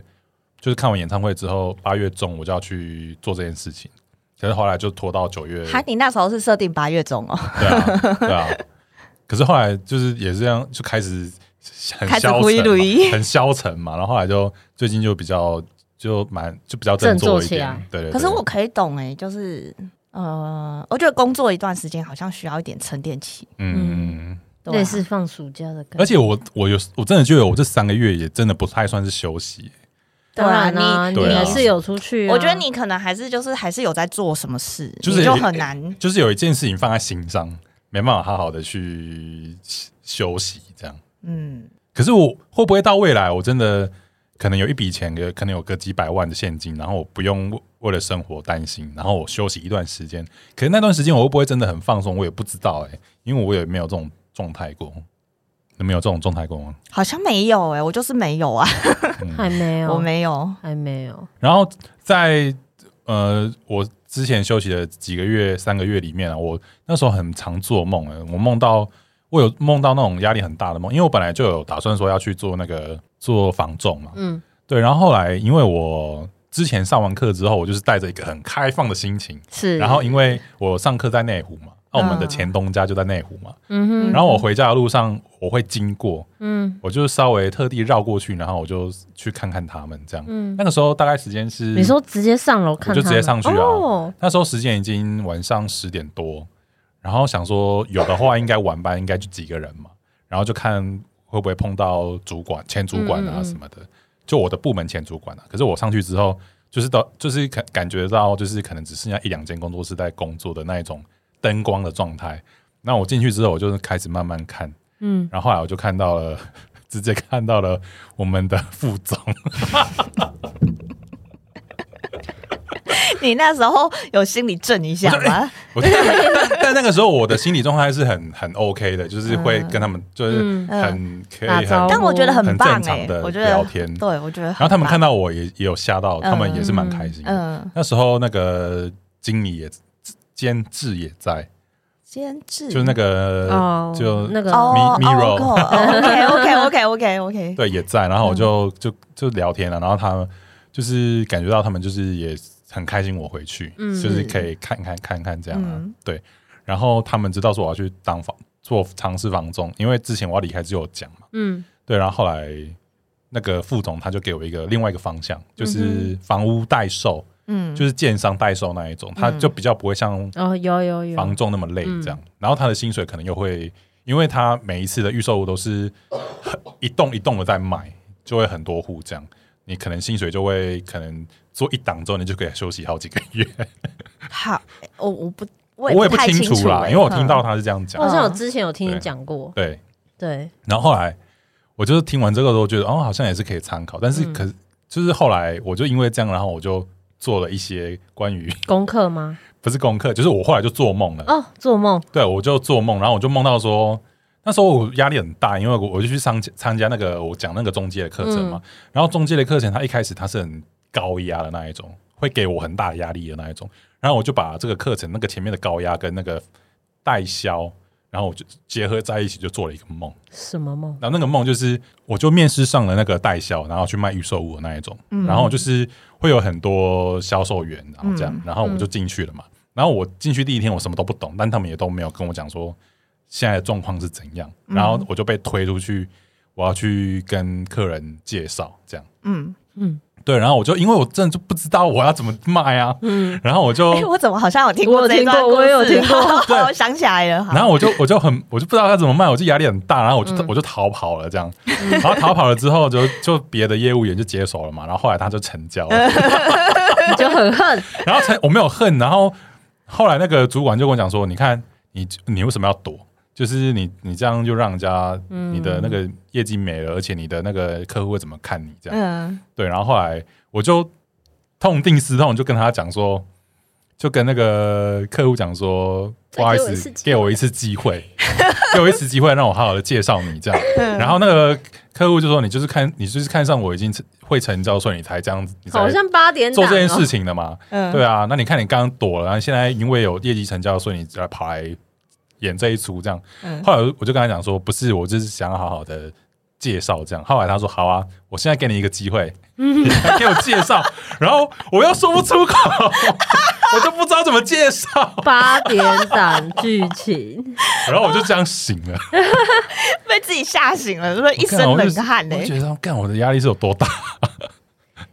[SPEAKER 1] 就是看完演唱会之后，八月中我就要去做这件事情，可是后来就拖到九月，
[SPEAKER 2] 哈，你那时候是设定八月中哦，
[SPEAKER 1] 对啊，对啊。可是后来就是也是这样，就开始很
[SPEAKER 2] 开始
[SPEAKER 1] 消
[SPEAKER 2] 挥
[SPEAKER 1] 沉嘛
[SPEAKER 2] 泪，
[SPEAKER 1] 很消沉嘛。然后后来就最近就比较就蛮就比较振作一
[SPEAKER 3] 振作起
[SPEAKER 1] 点
[SPEAKER 3] 来，
[SPEAKER 1] 对对对。
[SPEAKER 2] 可是我可以懂哎、就是呃，我觉得工作一段时间好像需要一点沉淀期，
[SPEAKER 1] 嗯，
[SPEAKER 2] 对啊
[SPEAKER 3] 类似放暑假的感觉。
[SPEAKER 1] 而且我我有我真的觉得我这三个月也真的不太算是休息，
[SPEAKER 3] 当然啦，你
[SPEAKER 1] 对啊
[SPEAKER 3] 还是有出去啊。
[SPEAKER 2] 我觉得你可能还是就是还是有在做什么事，
[SPEAKER 1] 就是
[SPEAKER 2] 你就很难。
[SPEAKER 1] 就是有一件事情放在心上，没办法好好的去休息这样。
[SPEAKER 2] 嗯，
[SPEAKER 1] 可是我会不会到未来，我真的可能有一笔钱，可可能有个几百万的现金，然后我不用为为了生活担心，然后我休息一段时间。可是那段时间我会不会真的很放松，我也不知道哎、因为我也没有这种状态过。你们有这种状态过吗？
[SPEAKER 2] 好像没有哎、我就是没有啊，
[SPEAKER 3] 还没有，
[SPEAKER 2] 我没有。
[SPEAKER 3] 还没有。
[SPEAKER 1] 然后在呃，我之前休息的几个月、三个月里面啊，我那时候很常做梦、欸，我梦到我有梦到那种压力很大的梦，因为我本来就有打算说要去做那个做房仲嘛，
[SPEAKER 3] 嗯，
[SPEAKER 1] 对，然后后来因为我之前上完课之后，我就是带着一个很开放的心情，
[SPEAKER 3] 是。
[SPEAKER 1] 然后因为我上课在内湖嘛，那我们的前东家就在内湖嘛，
[SPEAKER 3] 嗯哼，
[SPEAKER 1] 然后我回家的路上我会经过，
[SPEAKER 3] 嗯
[SPEAKER 1] 我就稍微特地绕过去，然后我就去看看他们这样。
[SPEAKER 3] 嗯，
[SPEAKER 1] 那个时候大概时间是
[SPEAKER 3] 你说直接上楼看
[SPEAKER 1] 我
[SPEAKER 3] 他
[SPEAKER 1] 就
[SPEAKER 3] 们，
[SPEAKER 1] 直接上去啊
[SPEAKER 3] 哦，
[SPEAKER 1] 那时候时间已经晚上十点多，然后想说有的话应该晚班应该就几个人嘛，然后就看会不会碰到主管、前主管
[SPEAKER 3] 嗯嗯
[SPEAKER 1] 啊
[SPEAKER 3] 嗯
[SPEAKER 1] 什么的，就我的部门前主管啊。可是我上去之后，就是到就是感感觉到就是可能只剩下一两间工作室在工作的那一种灯光的状态。那我进去之后，我就是开始慢慢看，
[SPEAKER 3] 嗯，
[SPEAKER 1] 然后后来我就看到了， 直接看到了我们的副总，
[SPEAKER 2] 你那时候有心理震一下吗？
[SPEAKER 1] 我觉得但但那个时候我的心理状态是很很 OK 的，就是会跟他们就是
[SPEAKER 3] 嗯
[SPEAKER 1] 很可以
[SPEAKER 3] 打
[SPEAKER 1] 很，
[SPEAKER 3] 招呼
[SPEAKER 1] 然
[SPEAKER 2] 但我觉得
[SPEAKER 1] 很
[SPEAKER 2] 棒
[SPEAKER 1] 正常
[SPEAKER 2] 哎、
[SPEAKER 1] 的
[SPEAKER 2] 我觉得
[SPEAKER 1] 聊天
[SPEAKER 2] 对我觉得很棒。
[SPEAKER 1] 后他们看到我也也有吓到，他们也是蛮开心的。
[SPEAKER 2] 嗯，
[SPEAKER 1] 那时候那个经理也监制也在，
[SPEAKER 2] 监制
[SPEAKER 1] 就是那个
[SPEAKER 3] 哦，
[SPEAKER 1] 呃就
[SPEAKER 3] 那个
[SPEAKER 2] 哦
[SPEAKER 1] Mi- Miro
[SPEAKER 2] OK 哦 OK OK OK OK，
[SPEAKER 1] 对也在，然后我就就就聊天了，然后他们就是感觉到他们就是也很开心我回去，
[SPEAKER 3] 嗯
[SPEAKER 1] 就是可以看看看看这样啊
[SPEAKER 2] 嗯，
[SPEAKER 1] 对。然后他们知道说我要去当房做尝试房中，因为之前我要离开就有讲嘛。
[SPEAKER 3] 嗯
[SPEAKER 1] 对，然后后来那个副总他就给我一个另外一个方向，就是房屋代售，
[SPEAKER 2] 嗯，
[SPEAKER 1] 就是建商代售那一种，他就比较不会像
[SPEAKER 3] 哦，有有有，
[SPEAKER 1] 房仲那么累这样。然后他的薪水可能又会，因为他每一次的预售屋都是很一栋一栋的在卖，就会很多户这样，你可能薪水就会可能做一档之后，你就可以休息好几个月。
[SPEAKER 2] 好，我我不我
[SPEAKER 1] 我也不
[SPEAKER 2] 太
[SPEAKER 1] 清楚啦，
[SPEAKER 2] 欸
[SPEAKER 1] 因为我听到他是这样讲
[SPEAKER 3] 我，好像有
[SPEAKER 2] 嗯
[SPEAKER 3] 之前有听你讲过，
[SPEAKER 1] 啊对。
[SPEAKER 3] 对，
[SPEAKER 1] 然后后来我就是听完这个之后，觉得哦，好像也是可以参考。但是
[SPEAKER 3] 嗯
[SPEAKER 1] 可是、就是后来我就因为这样，然后我就做了一些关于
[SPEAKER 3] 功课吗？
[SPEAKER 1] 不是功课，就是我后来就做梦了。
[SPEAKER 3] 哦，做梦，
[SPEAKER 1] 对，我就做梦，然后我就梦到说，那时候我压力很大，因为我我就去参参加那个我讲那个中介的课程嘛。然后中介的课程，他一开始他是很高压的那一种，会给我很大的压力的那一种。然后我就把这个课程那个前面的高压跟那个代销，然后我就结合在一起，就做了一个梦。
[SPEAKER 3] 什么梦？
[SPEAKER 1] 然后那个梦就是，我就面试上了那个代销，然后去卖预售物的那一种，然后就是会有很多销售员，然后这样，
[SPEAKER 2] 嗯
[SPEAKER 1] 然后我就进去了嘛。然后我进去第一天，我什么都不懂，但他们也都没有跟我讲说现在的状况是怎样。然后我就被推出去，我要去跟客人介绍这样。
[SPEAKER 2] 嗯
[SPEAKER 3] 嗯，
[SPEAKER 1] 对，然后我就因为我真的就不知道我要怎么卖啊，
[SPEAKER 3] 嗯，
[SPEAKER 1] 然后我就
[SPEAKER 2] 哎、我怎么好像有听
[SPEAKER 3] 我
[SPEAKER 2] 过
[SPEAKER 3] 有
[SPEAKER 2] 这一
[SPEAKER 3] 听
[SPEAKER 2] 段
[SPEAKER 3] 过我也有
[SPEAKER 2] 故事
[SPEAKER 3] 听过
[SPEAKER 1] 对
[SPEAKER 2] 我想起来了。好
[SPEAKER 1] 然后我就我就很我就不知道该怎么卖，我就压力很大，然后我就、
[SPEAKER 3] 嗯
[SPEAKER 1] 我就逃跑了这样，然后逃跑了之后就就别的业务员就接手了嘛，然后后来他就成交了，
[SPEAKER 3] 你就很恨，
[SPEAKER 1] 然后成我没有恨，然后后来那个主管就跟我讲说，你看你你为什么要躲？就是你你这样就让人家
[SPEAKER 3] 嗯
[SPEAKER 1] 你的那个业绩没了，而且你的那个客户会怎么看你这样？
[SPEAKER 2] 嗯，
[SPEAKER 1] 对，然后后来我就痛定思痛，就跟他讲说，就跟那个客户讲说，
[SPEAKER 3] 再
[SPEAKER 1] 不好意
[SPEAKER 3] 给我一
[SPEAKER 1] 思
[SPEAKER 3] 次，机
[SPEAKER 1] 给我一次机会，给我一次机会，让 我好好的介绍你这样。
[SPEAKER 2] 嗯
[SPEAKER 1] 然后那个客户就说，你就是看你就是看上我已经会成交，所以你才这样子，你才
[SPEAKER 3] 好像八点
[SPEAKER 1] 做
[SPEAKER 3] 档
[SPEAKER 1] 这件事
[SPEAKER 3] 哦，
[SPEAKER 1] 情的嘛。
[SPEAKER 2] 嗯
[SPEAKER 1] 对啊，那你看你刚刚躲了，然后现在因为有业绩成交，所以你来跑来演这一出这样。
[SPEAKER 2] 嗯
[SPEAKER 1] 后来我就跟他讲说，不是，我就是想要好好的介绍这样。后来他说好啊，我现在给你一个机会，你来给我介绍。然后我又说不出口，我就不知道怎么介绍，
[SPEAKER 3] 八点档剧情，
[SPEAKER 1] 然后我就这样醒了，
[SPEAKER 2] 被自己吓醒了，说一身
[SPEAKER 1] 我看
[SPEAKER 2] 冷汗欸呢、
[SPEAKER 1] 我就觉得干我的压力是有多大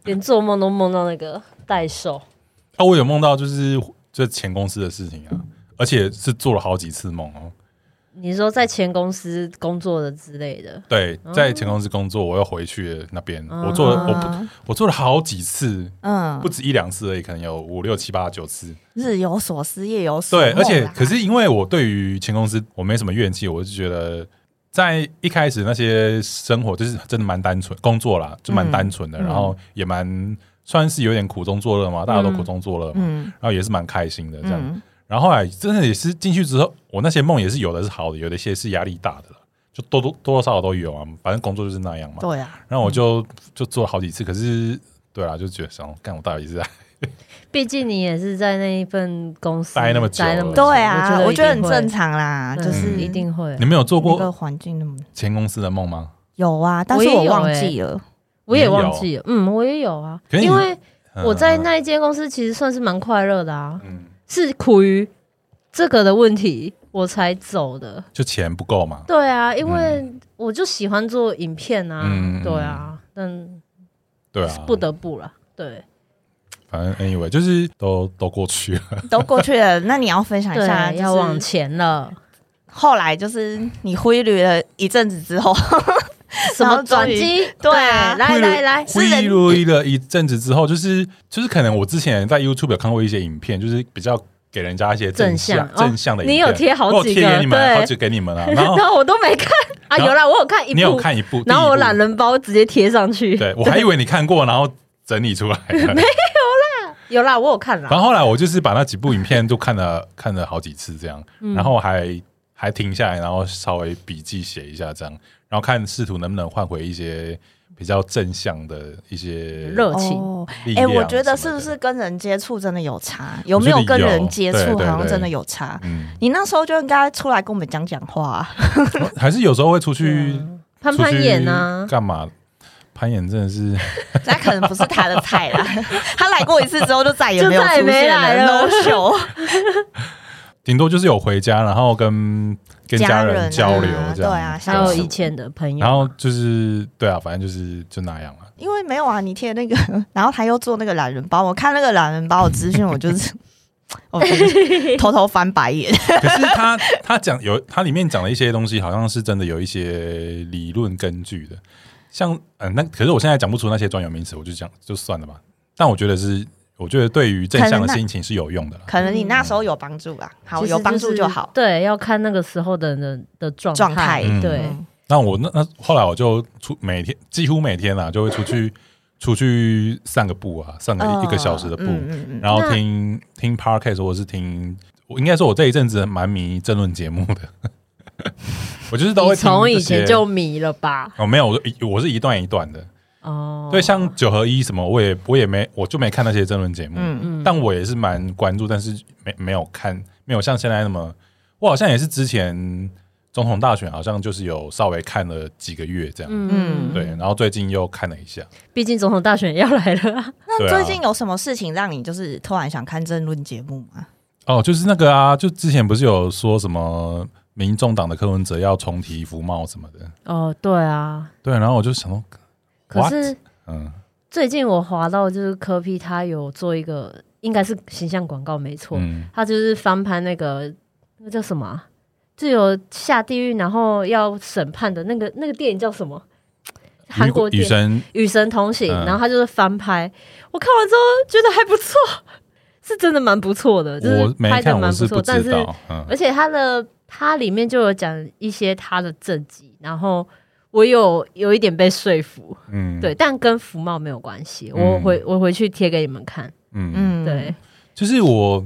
[SPEAKER 3] 连做梦都梦到那个代售，
[SPEAKER 1] 啊！我有梦到就是就是前公司的事情啊，而且是做了好几次梦哦。
[SPEAKER 3] 你说在前公司工作的之类的，
[SPEAKER 1] 对，在前公司工作，我又回去那边，我做了我不
[SPEAKER 2] 嗯
[SPEAKER 1] 我做了好几次，
[SPEAKER 2] 嗯
[SPEAKER 1] 不，止一两次而已，可能有五六七八九次。
[SPEAKER 2] 日有所思，夜有所
[SPEAKER 1] 对，
[SPEAKER 2] 梦
[SPEAKER 1] 而且
[SPEAKER 2] 啦
[SPEAKER 1] 可是因为我对于前公司我没什么怨气，我就觉得在一开始那些生活就是真的蛮单纯，工作啦就蛮单纯的，
[SPEAKER 2] 嗯
[SPEAKER 1] 然后也蛮算是有点苦中作乐嘛，大家都
[SPEAKER 3] 嗯
[SPEAKER 1] 苦中作乐嘛，
[SPEAKER 2] 嗯
[SPEAKER 1] 然后也是蛮开心的这样。
[SPEAKER 2] 嗯
[SPEAKER 1] 然后后来真的也是进去之后，我那些梦也是有的是好的，有的一些是压力大的了，就多多多多少少都有啊，反正工作就是那样嘛。
[SPEAKER 2] 对啊，
[SPEAKER 1] 然后我就、
[SPEAKER 3] 嗯
[SPEAKER 1] 就做了好几次，可是对啦，就觉得想干我到底是在
[SPEAKER 3] 毕竟你也是在那一份公司
[SPEAKER 1] 待那么久了
[SPEAKER 3] 待那么久
[SPEAKER 2] 对啊，我
[SPEAKER 3] 我
[SPEAKER 2] 觉得
[SPEAKER 3] 一
[SPEAKER 2] 很
[SPEAKER 3] 定会
[SPEAKER 2] 正，常啦，
[SPEAKER 3] 嗯
[SPEAKER 2] 就是
[SPEAKER 3] 一定会
[SPEAKER 1] 你。们有做
[SPEAKER 2] 那
[SPEAKER 1] 过
[SPEAKER 2] 个环境那么
[SPEAKER 1] 前公司的梦吗？
[SPEAKER 2] 有啊，但是
[SPEAKER 3] 我也
[SPEAKER 2] 我
[SPEAKER 3] 有
[SPEAKER 2] 忘
[SPEAKER 3] 欸
[SPEAKER 2] 记了，
[SPEAKER 3] 我也忘记了，嗯，我也有啊，
[SPEAKER 1] 可是你
[SPEAKER 3] 因为
[SPEAKER 1] 嗯
[SPEAKER 3] 我在那一间公司其实算是蛮快乐的啊，
[SPEAKER 1] 嗯，
[SPEAKER 3] 是苦于这个的问题我才走的。
[SPEAKER 1] 就钱不够嘛，
[SPEAKER 3] 对啊，因为我就喜欢做影片啊，
[SPEAKER 1] 嗯
[SPEAKER 3] 对啊，但
[SPEAKER 1] 对啊，
[SPEAKER 3] 不得不啦，对，
[SPEAKER 1] 反正 anyway 就是都都过去了。
[SPEAKER 2] 都过去了。那你要分享一
[SPEAKER 3] 对
[SPEAKER 2] 下，，
[SPEAKER 3] 要往前 了，
[SPEAKER 2] 后来就是你挥旅了一阵子 之后，
[SPEAKER 3] 什么转机？
[SPEAKER 2] 对啊
[SPEAKER 3] 来 来来，
[SPEAKER 2] 是人
[SPEAKER 1] 录音了一阵子之后，就是就是可能我之前在 YouTube 有看过一些影片，就是比较给人家一些正向
[SPEAKER 3] 正向哦
[SPEAKER 1] 正向的影
[SPEAKER 3] 你
[SPEAKER 1] 片，
[SPEAKER 3] 有贴好
[SPEAKER 1] 我有
[SPEAKER 3] 几
[SPEAKER 1] 贴
[SPEAKER 3] 个
[SPEAKER 1] 给你们，
[SPEAKER 3] 对
[SPEAKER 1] 好几个给你 们啊。然
[SPEAKER 3] 然
[SPEAKER 1] 后
[SPEAKER 3] 后我都没看啊，
[SPEAKER 1] 然后
[SPEAKER 3] 有啦，我有看一
[SPEAKER 1] 你有
[SPEAKER 3] 部，
[SPEAKER 1] 看一部，
[SPEAKER 3] 然后我懒
[SPEAKER 1] 了，
[SPEAKER 3] 人包直接贴上去，
[SPEAKER 1] 对我还以为你看过，然后整理出来 的。
[SPEAKER 3] 有啦，我有看
[SPEAKER 1] 然
[SPEAKER 3] 啦，
[SPEAKER 1] 后后来我就是把那几部影片都看了看了好几次这样，然后还还停下来，然后稍微笔记写一下这样，然后看试图能不能换回一些比较正向的一些
[SPEAKER 3] 热情，
[SPEAKER 2] 哦，
[SPEAKER 1] 力
[SPEAKER 2] 哎、
[SPEAKER 1] 量
[SPEAKER 2] 我觉得
[SPEAKER 1] 什
[SPEAKER 2] 是
[SPEAKER 1] 么的
[SPEAKER 2] 不是跟人接触真的有差？有没有跟人接触
[SPEAKER 1] 我觉得有对对
[SPEAKER 2] 好像
[SPEAKER 1] 对
[SPEAKER 2] 真的有差？
[SPEAKER 1] 嗯，
[SPEAKER 2] 你那时候就应该出来跟我们讲讲话 啊、
[SPEAKER 1] 还是有时候会出去
[SPEAKER 3] 嗯攀攀岩啊
[SPEAKER 1] 出去，干嘛？攀岩真的是，
[SPEAKER 2] 那可能不是他的菜啦。 他来过一次之后就再也没有
[SPEAKER 3] 就再也
[SPEAKER 2] 出
[SPEAKER 3] 没
[SPEAKER 2] 现
[SPEAKER 3] 来了
[SPEAKER 2] no show。
[SPEAKER 1] 顶多就是有回家，然后跟跟家人
[SPEAKER 2] 人
[SPEAKER 1] 交流
[SPEAKER 2] 啊，
[SPEAKER 1] 这
[SPEAKER 2] 对
[SPEAKER 1] 样，
[SPEAKER 2] 啊，
[SPEAKER 3] 还
[SPEAKER 2] 相
[SPEAKER 3] 有
[SPEAKER 2] 处
[SPEAKER 3] 以前的朋
[SPEAKER 1] 然
[SPEAKER 3] 友，
[SPEAKER 1] 后就是对啊，反正就是就那样了。
[SPEAKER 2] 因为没有啊，你贴那个， 然后他又做那个懒人包，我看那个懒人包的资讯，我就是 我就是偷偷翻白眼。
[SPEAKER 1] 可是他他讲有他里面讲的一些东西，好像是真的有一些理论根据的，像嗯、呃那可是我现在讲不出那些专有名词，我就讲就算了吧。但我觉得是，我觉得对于正向
[SPEAKER 2] 可
[SPEAKER 1] 的
[SPEAKER 2] 能那
[SPEAKER 1] 心情是有用的啦。
[SPEAKER 2] 可能你那时候有帮助啦，好
[SPEAKER 3] 其实
[SPEAKER 2] 有帮助
[SPEAKER 3] 是
[SPEAKER 2] 嗯就好。
[SPEAKER 3] 对，要看那个时候的人的状
[SPEAKER 2] 状态
[SPEAKER 1] 嗯
[SPEAKER 3] 对，
[SPEAKER 2] 嗯
[SPEAKER 1] 那我那 那后来我就出每天几乎每天啊，就会出去出去散个步啊，散个一,、一个小时的步，
[SPEAKER 2] 嗯嗯嗯
[SPEAKER 1] 然后
[SPEAKER 3] 那
[SPEAKER 1] 听听 podcast 或者是听，我应该说我这一阵子蛮迷争论节目的， 我就是都
[SPEAKER 3] 你
[SPEAKER 1] 会听
[SPEAKER 3] 从
[SPEAKER 1] 这
[SPEAKER 3] 以前
[SPEAKER 1] 些
[SPEAKER 3] 就迷了吧？
[SPEAKER 1] 哦没有，我就一我是一段一段的，
[SPEAKER 3] 哦，
[SPEAKER 1] 对，像九合一什么，我也我也没我就没看那些争论节目，
[SPEAKER 2] 嗯
[SPEAKER 3] 嗯，
[SPEAKER 1] 但我也是蛮关注，但是没没有看，没有像现在那么，我好像也是之前总统大选好像就是有稍微看了几个月这样，
[SPEAKER 2] 嗯
[SPEAKER 1] 对，然后最近又看了一下，
[SPEAKER 3] 毕竟总统大选要来 了啊，
[SPEAKER 2] 那
[SPEAKER 1] 对啊
[SPEAKER 2] 最近有什么事情让你就是突然想看争论节目吗？
[SPEAKER 1] 哦，就是那个啊，就之前不是有说什么民众党的柯文哲要重提服贸什么的，
[SPEAKER 3] 哦，对啊，
[SPEAKER 1] 对，然后我就想说，
[SPEAKER 3] 可是
[SPEAKER 1] What？嗯，
[SPEAKER 3] 最近我滑到就是科 P 他有做一个，应该是形象广告没错，
[SPEAKER 1] 嗯，
[SPEAKER 3] 他就是翻拍那个那叫什么啊、就有下地狱然后要审判的那个那个电影叫什么？韩
[SPEAKER 1] 女
[SPEAKER 3] 国电影
[SPEAKER 1] 生
[SPEAKER 3] 与神同行，
[SPEAKER 1] 嗯
[SPEAKER 3] 然后他就是翻拍，我看完之后觉得还不错， 是真的蛮不错的，就
[SPEAKER 1] 我
[SPEAKER 3] 是
[SPEAKER 1] 没
[SPEAKER 3] 拍的
[SPEAKER 1] 看，我
[SPEAKER 3] 蛮
[SPEAKER 1] 是
[SPEAKER 3] 错，
[SPEAKER 1] 不
[SPEAKER 3] 但
[SPEAKER 1] 知
[SPEAKER 3] 是呃
[SPEAKER 1] 道，嗯，
[SPEAKER 3] 而且他的他里面就有讲一些他的政绩，然后我有有一点被说服，
[SPEAKER 1] 嗯，
[SPEAKER 3] 对，，但跟福茂没有关系，
[SPEAKER 1] 嗯
[SPEAKER 3] 我回我回去贴给你们看，
[SPEAKER 1] 嗯嗯，
[SPEAKER 2] 嗯，
[SPEAKER 3] 对，
[SPEAKER 1] 就是我，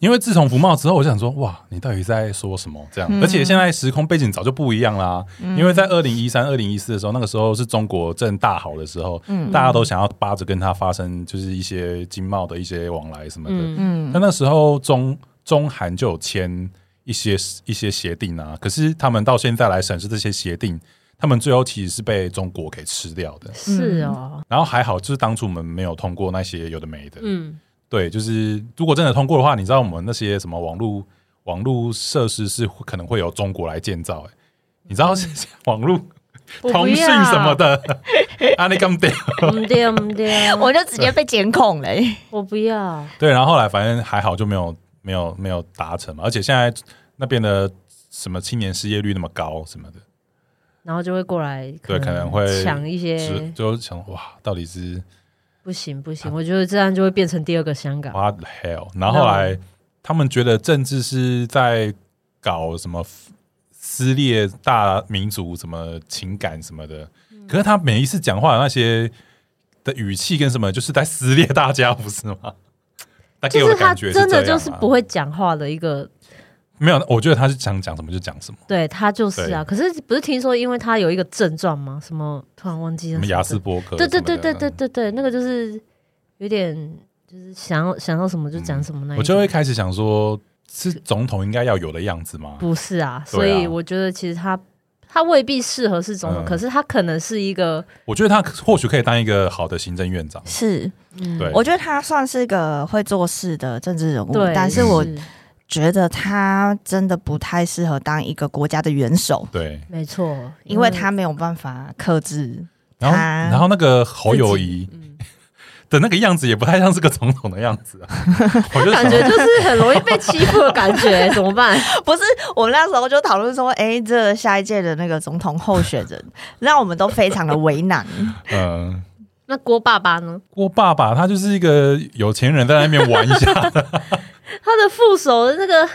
[SPEAKER 1] 因为自从福茂之后，我想说，哇，你到底在说什么？这样，
[SPEAKER 2] 嗯
[SPEAKER 1] 而且现在时空背景早就不一样啦。
[SPEAKER 2] 嗯
[SPEAKER 1] 因为在二零一三、二零一四的时候，那个时候是中国正大好的时候，
[SPEAKER 2] 嗯
[SPEAKER 1] 大家都想要扒着跟他发生就是一些经贸的一些往来什么的。
[SPEAKER 3] 嗯，
[SPEAKER 2] 嗯
[SPEAKER 1] 那那时候中中韩就有签一些一些协定啊，可是他们到现在来审视这些协定，他们最后其实是被中国给吃掉的。
[SPEAKER 3] 是哦，
[SPEAKER 1] 然后还好，就是当初我们没有通过那些有的没的，
[SPEAKER 3] 嗯
[SPEAKER 1] 对，就是如果真的通过的话，你知道我们那些什么网络网络设施是会可能会由中国来建造、欸，你知道是网络
[SPEAKER 3] 嗯我不
[SPEAKER 1] 通讯
[SPEAKER 3] 要
[SPEAKER 1] 什么 的，啊，你干掉。
[SPEAKER 3] 嗯，对嗯对，
[SPEAKER 2] 我
[SPEAKER 3] 我
[SPEAKER 2] 就直接被监控嘞、
[SPEAKER 3] 我不要，
[SPEAKER 1] 对，然后后来反正还好就没有没有没有达成嘛，而且现在那边的什么青年失业率那么高什么的，
[SPEAKER 3] 然后就会过来，
[SPEAKER 1] 对可能会
[SPEAKER 3] 抢一
[SPEAKER 1] 就
[SPEAKER 3] 些，
[SPEAKER 1] 就想哇，到底是
[SPEAKER 3] 不行不
[SPEAKER 1] 啊
[SPEAKER 3] 行，我觉得这样就会变成第二个香港，
[SPEAKER 1] what the hell？然后后来他们觉得政治是在搞什么撕裂大民族什么情感什么的，
[SPEAKER 3] 嗯
[SPEAKER 1] 可是他每一次讲话的那些的语气跟什么，就是在撕裂大家，不是 吗？他给
[SPEAKER 3] 就
[SPEAKER 1] 我
[SPEAKER 3] 是他
[SPEAKER 1] 感觉
[SPEAKER 3] 真的
[SPEAKER 1] 这样
[SPEAKER 3] 就是
[SPEAKER 1] 啊
[SPEAKER 3] 不会讲话的一个
[SPEAKER 1] 没有，我觉得他是想讲什么就讲什么。
[SPEAKER 3] 对他就是啊，可是不是听说因为他有一个症状吗？什么突然忘记
[SPEAKER 1] 什
[SPEAKER 3] 了
[SPEAKER 1] 么
[SPEAKER 3] 什
[SPEAKER 1] 雅
[SPEAKER 3] 么
[SPEAKER 1] 斯伯格什么
[SPEAKER 3] 嗯对
[SPEAKER 1] 的？嗯
[SPEAKER 3] 对对对对对对，那个就是有点就是想要想到什么就讲什么那一种、
[SPEAKER 1] 嗯我就会开始想说，是总统应该要有的样子吗？
[SPEAKER 3] 不是啊，所
[SPEAKER 1] 对啊
[SPEAKER 3] 以我觉得其实他他未必适合是总统，
[SPEAKER 1] 嗯
[SPEAKER 3] 可是他可能是一个
[SPEAKER 1] 我觉得他或许可以当一个好的行政院长。
[SPEAKER 2] 是，
[SPEAKER 3] 嗯
[SPEAKER 1] 对
[SPEAKER 2] 我觉得他算是个会做事的政治人物
[SPEAKER 3] 对，，
[SPEAKER 2] 嗯但是我觉得他真的不太适合当一个国家的元首，
[SPEAKER 1] 对，
[SPEAKER 3] 没错，
[SPEAKER 2] 因
[SPEAKER 1] 嗯
[SPEAKER 2] 为他没有办法克制。
[SPEAKER 1] 然后
[SPEAKER 2] 他
[SPEAKER 1] 然后那个侯友谊
[SPEAKER 3] 嗯
[SPEAKER 1] 的那个样子也不太像是个总统的样子 啊，我就
[SPEAKER 3] 感
[SPEAKER 1] 想
[SPEAKER 3] 觉就是很容易被欺负的感觉， 怎么办？
[SPEAKER 2] 不是，我们那时候就讨论说，哎、这下一届的那个总统候选人， 让我们都非常的为难。
[SPEAKER 1] 嗯。
[SPEAKER 3] 那郭爸爸呢？
[SPEAKER 1] 郭爸爸他就是一个有钱人，在那边玩一下
[SPEAKER 3] 他的副手的那个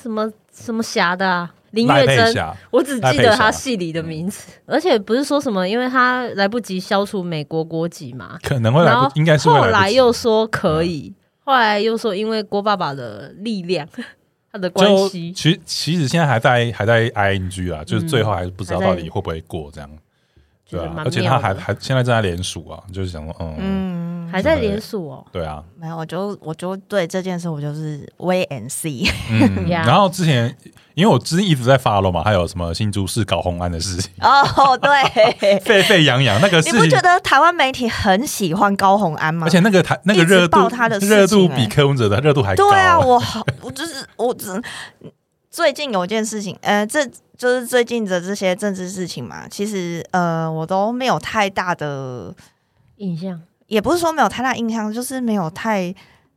[SPEAKER 3] 什么什么霞的、啊、林
[SPEAKER 1] 赖
[SPEAKER 3] 月
[SPEAKER 1] 佩
[SPEAKER 3] 珍，
[SPEAKER 1] 霞，
[SPEAKER 3] 我只记得他戏里的名字，而且不是说什么，因为他来不及消除美国国籍嘛，
[SPEAKER 1] 可能会来
[SPEAKER 3] 然后
[SPEAKER 1] 不，应该是会
[SPEAKER 3] 后
[SPEAKER 1] 来
[SPEAKER 3] 来
[SPEAKER 1] 不及嗯
[SPEAKER 3] 又说可以，后来又说因为郭爸爸的力量，他的关
[SPEAKER 1] 就
[SPEAKER 3] 系，
[SPEAKER 1] 其其实现在还在还在 ing 啊，就是
[SPEAKER 3] 嗯
[SPEAKER 1] 最后还是不知道
[SPEAKER 3] 还在
[SPEAKER 1] 到底会不会过这样，
[SPEAKER 3] 觉
[SPEAKER 1] 对
[SPEAKER 3] 得
[SPEAKER 1] 啊，
[SPEAKER 3] 蛮
[SPEAKER 1] 而且
[SPEAKER 3] 妙
[SPEAKER 1] 他
[SPEAKER 3] 的
[SPEAKER 1] 还还现在正在联署啊，就是想说 嗯，
[SPEAKER 2] 嗯，
[SPEAKER 3] 还在联署哦，
[SPEAKER 1] 对 啊，
[SPEAKER 2] 没有，我就我就对这件事，我就是 wait and see。
[SPEAKER 1] 嗯，
[SPEAKER 3] Yeah
[SPEAKER 1] 然后之前因为我之前一直在发了嘛，还有什么新竹市搞红案的事情，
[SPEAKER 2] 哦， 对，
[SPEAKER 1] 沸沸扬扬那个事
[SPEAKER 2] 你不
[SPEAKER 1] 情
[SPEAKER 2] 觉，得台湾媒体很喜欢高红安吗？
[SPEAKER 1] 而且那个台那个
[SPEAKER 2] 一直
[SPEAKER 1] 热度
[SPEAKER 2] 爆他的事情
[SPEAKER 1] 热度
[SPEAKER 2] 欸
[SPEAKER 1] 比柯文哲的热度还高，
[SPEAKER 2] 对啊，我好，我就是我只最近有一件事情，呃，这就是最近的这些政治事情嘛，其实呃，我都没有太大的，
[SPEAKER 3] 印象
[SPEAKER 2] 也不是说没有太大印象，就是没有太。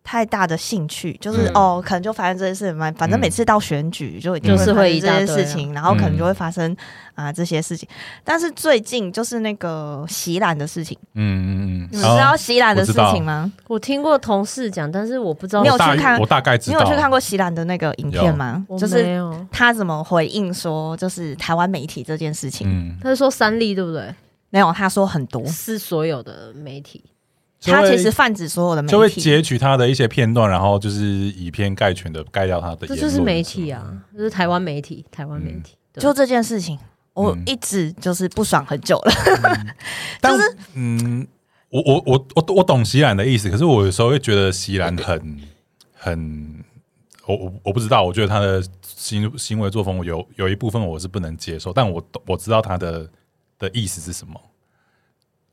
[SPEAKER 2] 太大的兴趣就是、
[SPEAKER 1] 嗯
[SPEAKER 2] 哦，可能就发生这些事，反反正
[SPEAKER 1] 嗯
[SPEAKER 2] 每次到选举就一定
[SPEAKER 1] 就是
[SPEAKER 2] 发
[SPEAKER 3] 会
[SPEAKER 2] 生
[SPEAKER 3] 一
[SPEAKER 2] 这
[SPEAKER 3] 大
[SPEAKER 2] 些
[SPEAKER 3] 堆
[SPEAKER 2] 事
[SPEAKER 3] 啊
[SPEAKER 2] 情，然后可能
[SPEAKER 1] 嗯
[SPEAKER 2] 就会发生啊、这些事情。但是最近就是那个洗懒的事情，
[SPEAKER 1] 嗯嗯嗯，
[SPEAKER 2] 你们
[SPEAKER 1] 然后
[SPEAKER 2] 知道洗懒的
[SPEAKER 1] 我知
[SPEAKER 2] 事
[SPEAKER 1] 道
[SPEAKER 2] 情吗？
[SPEAKER 3] 我听过同事讲，但是我不知道
[SPEAKER 2] 你有
[SPEAKER 1] 我
[SPEAKER 2] 去
[SPEAKER 1] 大
[SPEAKER 2] 看
[SPEAKER 1] 我大概知
[SPEAKER 2] 你
[SPEAKER 1] 道，
[SPEAKER 2] 有去看过席兰的那个影
[SPEAKER 1] 有
[SPEAKER 2] 片吗？
[SPEAKER 3] 我
[SPEAKER 2] 就是
[SPEAKER 3] 没有，
[SPEAKER 2] 他怎么回应说，就是台湾媒体这件事情，
[SPEAKER 1] 嗯，
[SPEAKER 3] 他是说三立对不对？
[SPEAKER 2] 没有他说很多，
[SPEAKER 3] 是所有的媒体，
[SPEAKER 1] 就
[SPEAKER 2] 他
[SPEAKER 1] 会
[SPEAKER 2] 其实泛指所有的媒体，
[SPEAKER 1] 就会截取他的一些片段，然后就是以偏概全的盖掉他的，
[SPEAKER 3] 这就是媒体，啊，就是台湾媒体，台湾媒体，对
[SPEAKER 2] 就这件事情，我
[SPEAKER 1] 嗯
[SPEAKER 2] 一直就是不爽很久了。
[SPEAKER 1] 但
[SPEAKER 2] 就是
[SPEAKER 1] 嗯，我我我我我懂席兰的意思，可是我有时候会觉得席兰很很。我我我不知道，我觉得他的行行为作风我有有一部分我是不能接受，但我懂我知道他的的意思是什么。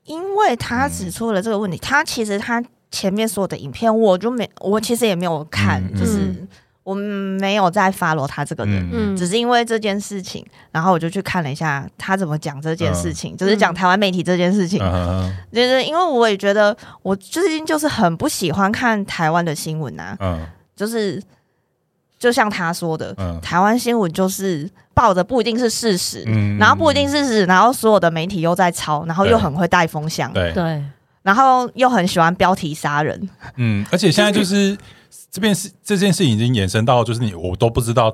[SPEAKER 2] 因为他
[SPEAKER 1] 嗯
[SPEAKER 2] 指出了这个问题，他其实他前面所有的影片我就没，我其实也没有看，
[SPEAKER 1] 嗯
[SPEAKER 2] 就是
[SPEAKER 3] 嗯
[SPEAKER 2] 我没有在 follow 他这个人，
[SPEAKER 1] 嗯
[SPEAKER 3] 嗯，
[SPEAKER 2] 只是因为这件事情，然后我就去看了一下他怎么讲这件事情，就是讲
[SPEAKER 3] 嗯
[SPEAKER 2] 台湾媒体这件事情。
[SPEAKER 1] 嗯
[SPEAKER 2] 就是因为我也觉得我最近就是很不喜欢看台湾的新闻啊，
[SPEAKER 1] 嗯
[SPEAKER 2] 就是就像他说的，
[SPEAKER 1] 嗯
[SPEAKER 2] 台湾新闻就是报的不一定是事实。
[SPEAKER 1] 嗯
[SPEAKER 2] 然后不一定是事实，然后所有的媒体又在抄，然后又
[SPEAKER 1] 对
[SPEAKER 2] 很会带风向，
[SPEAKER 1] 对，
[SPEAKER 3] 对，
[SPEAKER 2] 然后又很喜欢标题杀人，
[SPEAKER 1] 嗯，而且现在就是这边是这件事已经延伸到，就是你我都不知道，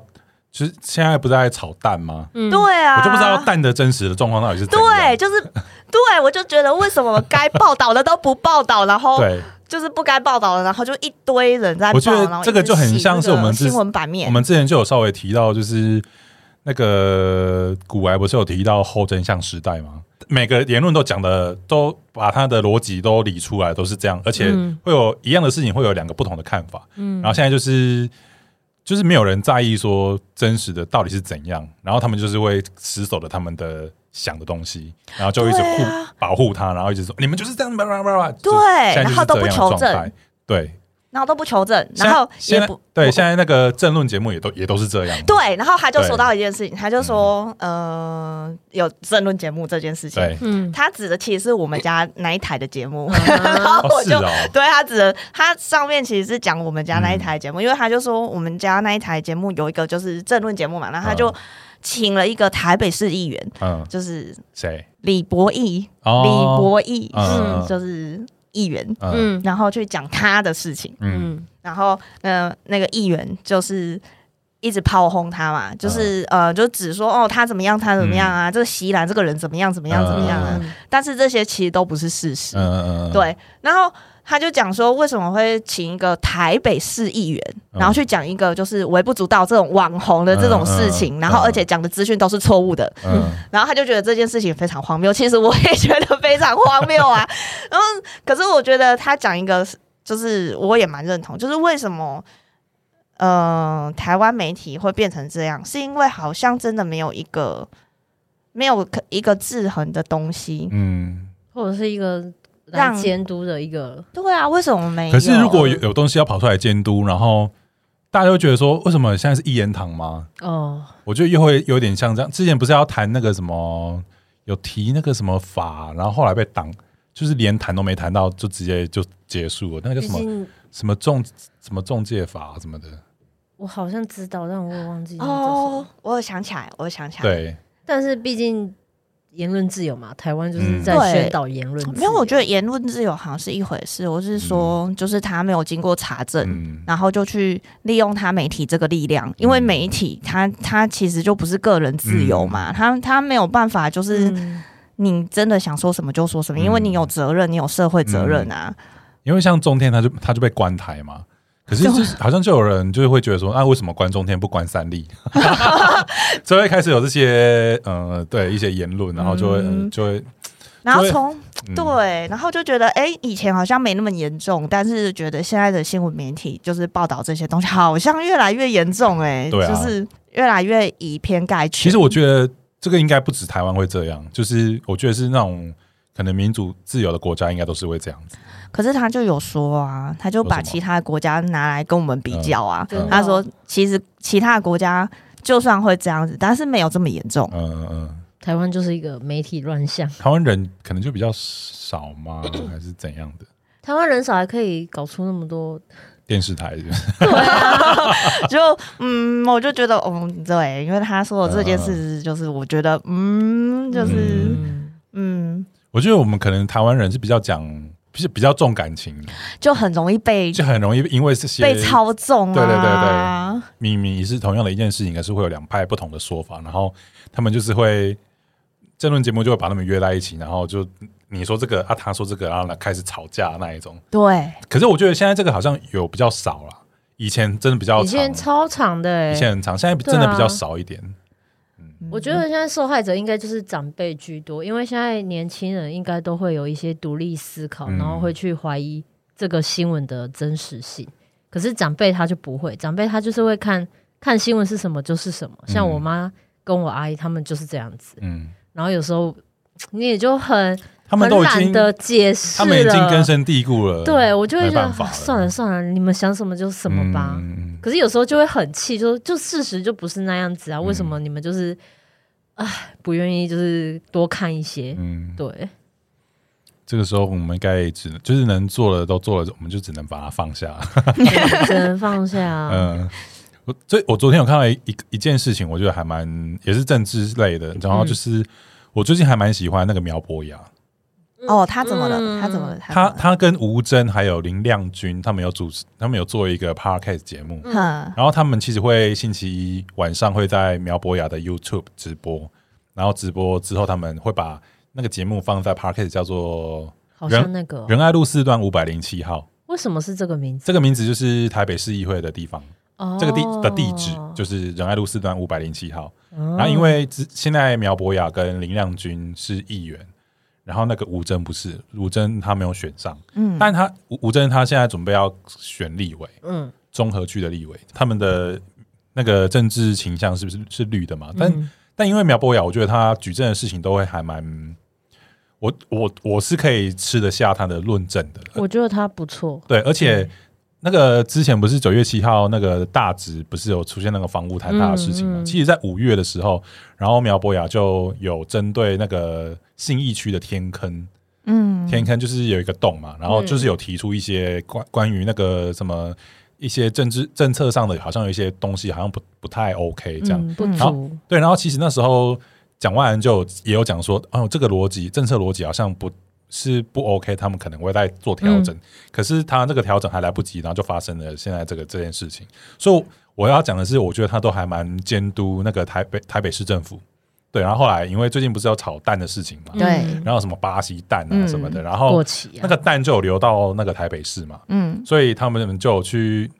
[SPEAKER 1] 就是现在不是在炒蛋吗？
[SPEAKER 3] 嗯，
[SPEAKER 2] 对啊，
[SPEAKER 1] 我就不知道蛋的真实的状况到底是怎
[SPEAKER 2] 对，
[SPEAKER 1] 样。
[SPEAKER 2] 就是对，我就觉得为什么该报道的都不报道，然后
[SPEAKER 1] 对，
[SPEAKER 2] 就是不该报道的，然后就一堆人在报，
[SPEAKER 1] 我觉得
[SPEAKER 2] 然后一
[SPEAKER 1] 这个
[SPEAKER 2] 直
[SPEAKER 1] 就很
[SPEAKER 2] 洗
[SPEAKER 1] 像是
[SPEAKER 2] 那个
[SPEAKER 1] 我们之
[SPEAKER 2] 新闻版面，
[SPEAKER 1] 我们之前就有稍微提到，就是那个古癌不是有提到后真相时代吗？每个言论都讲的，都把他的逻辑都理出来，都是这样，而且
[SPEAKER 3] 嗯
[SPEAKER 1] 会有一样的事情，会有两个不同的看法。
[SPEAKER 3] 嗯，
[SPEAKER 1] 然后现在就是就是没有人在意说真实的到底是怎样，然后他们就是会死守着他们的想的东西，然后就一直护、
[SPEAKER 2] 对啊
[SPEAKER 1] 保护他，然后一直说你们就是这样，叭叭叭叭，就
[SPEAKER 2] 对
[SPEAKER 1] 现在就是
[SPEAKER 2] 然后都不
[SPEAKER 1] 这样的
[SPEAKER 2] 求
[SPEAKER 1] 状
[SPEAKER 2] 证
[SPEAKER 1] 态，对，
[SPEAKER 2] 然后都不求证，
[SPEAKER 1] 现在
[SPEAKER 2] 然后
[SPEAKER 1] 现
[SPEAKER 2] 也
[SPEAKER 1] 在
[SPEAKER 2] 不
[SPEAKER 1] 对现在那个政论节目也都也都是这样，
[SPEAKER 2] 对，然后他就
[SPEAKER 1] 对嗯
[SPEAKER 2] 说到一件事情，他就说呃有争论节目这件事情，
[SPEAKER 1] 对，
[SPEAKER 3] 嗯，
[SPEAKER 2] 他指的其实是我们家那一台的节目， 然
[SPEAKER 3] 啊
[SPEAKER 2] 后
[SPEAKER 1] 哦
[SPEAKER 2] 我
[SPEAKER 1] 是
[SPEAKER 2] 就
[SPEAKER 1] 哦，
[SPEAKER 2] 对他指的，他上面其实是讲我们家那一台节目，因为他就说我们家那一台节目有一个就是政论节目嘛，然后他就请了一个台北市议员，
[SPEAKER 1] 嗯，
[SPEAKER 2] 就是
[SPEAKER 1] 谁？
[SPEAKER 2] 李博义，
[SPEAKER 1] 哦，
[SPEAKER 2] 李博义
[SPEAKER 1] 嗯
[SPEAKER 2] 是就是议员，
[SPEAKER 1] 嗯
[SPEAKER 3] 嗯
[SPEAKER 2] 然后去讲他的事情，
[SPEAKER 1] 嗯
[SPEAKER 3] 嗯
[SPEAKER 2] 然后呃那个议员就是。一直炮轰他嘛，就是、呃，就只说哦，他怎么样，他怎么样啊，这个席兰这个人怎么样，怎么样，怎么样啊。
[SPEAKER 3] 嗯
[SPEAKER 2] 但是这些其实都不是事实
[SPEAKER 1] 嗯，嗯嗯，
[SPEAKER 2] 对，然后他就讲说，为什么会请一个台北市议员，
[SPEAKER 1] 嗯
[SPEAKER 2] 然后去讲一个就是微不足道这种网红的这种事情，
[SPEAKER 1] 嗯嗯嗯
[SPEAKER 2] 然后而且讲的资讯都是错误的，
[SPEAKER 1] 嗯，
[SPEAKER 2] 然后他就觉得这件事情非常荒谬。其实我也觉得非常荒谬啊， 然后可是我觉得他讲一个，就是我也蛮认同，就是为什么。呃，台湾媒体会变成这样，是因为好像真的没有一个没有可一个制衡的东西。
[SPEAKER 1] 嗯
[SPEAKER 3] 或者是一个来
[SPEAKER 2] 让
[SPEAKER 3] 监督的一个，
[SPEAKER 2] 对啊，为什么没有？
[SPEAKER 1] 可是如果有有东西要跑出来监督，然后大家会觉得说，为什么现在是一言堂吗？
[SPEAKER 3] 哦，
[SPEAKER 1] 我觉得又会有点像这样。之前不是要谈那个什么，有提那个什么法，然后后来被挡，就是连谈都没谈到，就直接就结束了。那个
[SPEAKER 3] 毕
[SPEAKER 1] 叫什么
[SPEAKER 3] 竟
[SPEAKER 1] 什么中什么中介法啊什么的，
[SPEAKER 3] 我好像知道，但我也忘记那个叫什么
[SPEAKER 2] 哦，我有想起来，我有想起来。，
[SPEAKER 1] 对，
[SPEAKER 3] 但是毕竟言论自由嘛，台湾就是
[SPEAKER 1] 嗯
[SPEAKER 3] 在
[SPEAKER 2] 对
[SPEAKER 3] 宣导言论自由。
[SPEAKER 2] 没有，我觉得言论自由好像是一回事。我是说，就是他没有经过查证，
[SPEAKER 1] 嗯，
[SPEAKER 2] 然后就去利用他媒体这个力量，因为媒体他他其实就不是个人自由
[SPEAKER 1] 嗯
[SPEAKER 2] 嘛，他他没有办法，就是
[SPEAKER 3] 嗯
[SPEAKER 2] 你真的想说什么就说什么，因为
[SPEAKER 1] 嗯
[SPEAKER 2] 你有责任，你有社会责任啊。
[SPEAKER 1] 因为像中天他就他就被关台嘛。可是就是好像就有人就是会觉得说，啊，为什么关中天不关三 立？ 所以会开始有这些呃，对一些言论，然后就会、
[SPEAKER 2] 嗯
[SPEAKER 1] 呃就会、
[SPEAKER 2] 然后从
[SPEAKER 1] 嗯、
[SPEAKER 2] 对，然后就觉得哎、诶以前好像没那么严重，但是觉得现在的新闻媒体就是报道这些东西，好像越来越严重哎、
[SPEAKER 1] 对啊
[SPEAKER 2] 就是越来越以偏概全。
[SPEAKER 1] 其实我觉得这个应该不止台湾会这样，就是我觉得是那种可能民主自由的国家应该都是会这样子。
[SPEAKER 2] 可是他就有说啊，他就把
[SPEAKER 1] 说什么
[SPEAKER 2] 其他的国家拿来跟我们比较啊。
[SPEAKER 3] 真的
[SPEAKER 2] 他说，其实其他的国家就算会这样子，但是没有这么 严重。
[SPEAKER 1] 嗯嗯嗯，
[SPEAKER 3] 台湾就是一个媒体乱象，
[SPEAKER 1] 台湾人可能就比较少 嘛，还是怎样的？
[SPEAKER 3] 台湾人少还可以搞出那么多，
[SPEAKER 1] 电视台是 不是
[SPEAKER 2] 就嗯，我就觉得嗯，对，因为他说的这件事，就是我觉得嗯，就是
[SPEAKER 3] 嗯，
[SPEAKER 2] 嗯，
[SPEAKER 1] 我觉得我们可能台湾人是比较讲，比比较重感情的，
[SPEAKER 2] 就很容易被
[SPEAKER 1] 就很容易因为这些
[SPEAKER 2] 被操纵啊。
[SPEAKER 1] 对对对明明是同样的一件事情，可是会有两派不同的说法，然后他们就是会争论节目就会把他们约在一起，然后就你说这个啊，他说这个，然后呢开始吵架那一种。
[SPEAKER 2] 对
[SPEAKER 1] 可是我觉得现在这个好像有比较少了，以前真的比较
[SPEAKER 3] 以
[SPEAKER 1] 长，
[SPEAKER 3] 前超长的哎、
[SPEAKER 1] 以前很长，现在
[SPEAKER 3] 对啊
[SPEAKER 1] 真的比较少一点。
[SPEAKER 3] 我觉得现在受害者应该就是长辈居多，因为现在年轻人应该都会有一些独立思考，
[SPEAKER 1] 嗯
[SPEAKER 3] 然后会去怀疑这个新闻的真实性。可是长辈他就不会，长辈他就是会看看新闻是什么就是什么。像我妈跟我阿姨他们就是这样子，
[SPEAKER 1] 嗯，
[SPEAKER 3] 然后有时候你也就很
[SPEAKER 1] 他们都已
[SPEAKER 3] 很懒
[SPEAKER 1] 经，
[SPEAKER 3] 得解释
[SPEAKER 1] 他
[SPEAKER 3] 了，
[SPEAKER 1] 们已经根深蒂固了。
[SPEAKER 3] 对我就会
[SPEAKER 1] 没
[SPEAKER 3] 觉得
[SPEAKER 1] 办法
[SPEAKER 3] 啊算了算了，你们想什么就什么吧。
[SPEAKER 1] 嗯
[SPEAKER 3] 可是有时候就会很气，就就事实就不是那样子啊，
[SPEAKER 1] 嗯
[SPEAKER 3] 为什么你们就是唉不愿意就是多看一些？
[SPEAKER 1] 嗯，
[SPEAKER 3] 对，
[SPEAKER 1] 这个时候我们应该只能就是能做的都做了，我们就只能把它放下。
[SPEAKER 3] 只能放下 啊。
[SPEAKER 1] 嗯，我最我昨天有看到一一一件事情，我觉得还蛮也是政治类的，然后就是、我最近还蛮喜欢那个苗博雅，
[SPEAKER 2] 哦，他怎么了？
[SPEAKER 3] 嗯
[SPEAKER 2] 他怎么了？怎
[SPEAKER 1] 他
[SPEAKER 2] 么了
[SPEAKER 1] 他跟吴峥还有林亮君他们有主持，他们有做一个 podcast 节目，
[SPEAKER 3] 嗯
[SPEAKER 2] 哼
[SPEAKER 1] 然后他们其实会星期一晚上会在苗博雅的 YouTube 直播，然后直播之后他们会把那个节目放在 podcast 叫做
[SPEAKER 3] 好像那个哦、
[SPEAKER 1] 仁爱路四段五百零七号，
[SPEAKER 3] 为什么是这个名字？
[SPEAKER 1] 这个名字就是台北市议会的地方，
[SPEAKER 3] 哦，
[SPEAKER 1] 这个地的地址就是仁爱路四段五百零七号。
[SPEAKER 3] 嗯，
[SPEAKER 1] 然后因为之现在苗博雅跟林亮君是议员，然后那个吴峥不是，吴峥他没有选上，
[SPEAKER 2] 嗯，
[SPEAKER 1] 但他吴吴峥他现在准备要选立委，
[SPEAKER 3] 嗯，
[SPEAKER 1] 综合区的立委，他们的那个政治倾向是不是是绿的嘛？但、
[SPEAKER 3] 嗯
[SPEAKER 1] 但因为苗博雅，我觉得他举证的事情都会还蛮，我我我是可以吃得下他的论证的，
[SPEAKER 3] 我觉得他不错，
[SPEAKER 1] 对，而且。那个之前不是九月七号那个大直不是有出现那个房屋坍塌的事情吗？
[SPEAKER 3] 嗯嗯
[SPEAKER 1] 其实，在五月的时候，然后苗博雅就有针对那个信义区的天坑，
[SPEAKER 2] 嗯
[SPEAKER 1] 天坑就是有一个洞嘛，
[SPEAKER 3] 嗯
[SPEAKER 1] 然后就是有提出一些关关于那个什么一些政治政策上的，好像有一些东西好像不不太 OK 这样。
[SPEAKER 3] 嗯不
[SPEAKER 2] 嗯
[SPEAKER 3] 足，
[SPEAKER 1] 对，然后其实那时候蒋万安就也有讲说，哦，这个逻辑政策逻辑好像不是不 OK，他们可能会在做
[SPEAKER 3] 嗯
[SPEAKER 1] 调整，可是他这个调整还来不及，然后就发生了现在这个这件事情。所以我要讲的是，我觉得他都还蛮监督那个台北台北市政府。对，然后后来因为最近不是有炒蛋的事情嘛，
[SPEAKER 3] 嗯
[SPEAKER 2] 对
[SPEAKER 1] 然后什么巴西蛋啊什么的，然后
[SPEAKER 3] 过期
[SPEAKER 1] 那
[SPEAKER 3] 啊，
[SPEAKER 1] 个蛋就有流到那个台北市嘛，
[SPEAKER 2] 嗯
[SPEAKER 1] 所以他们就有去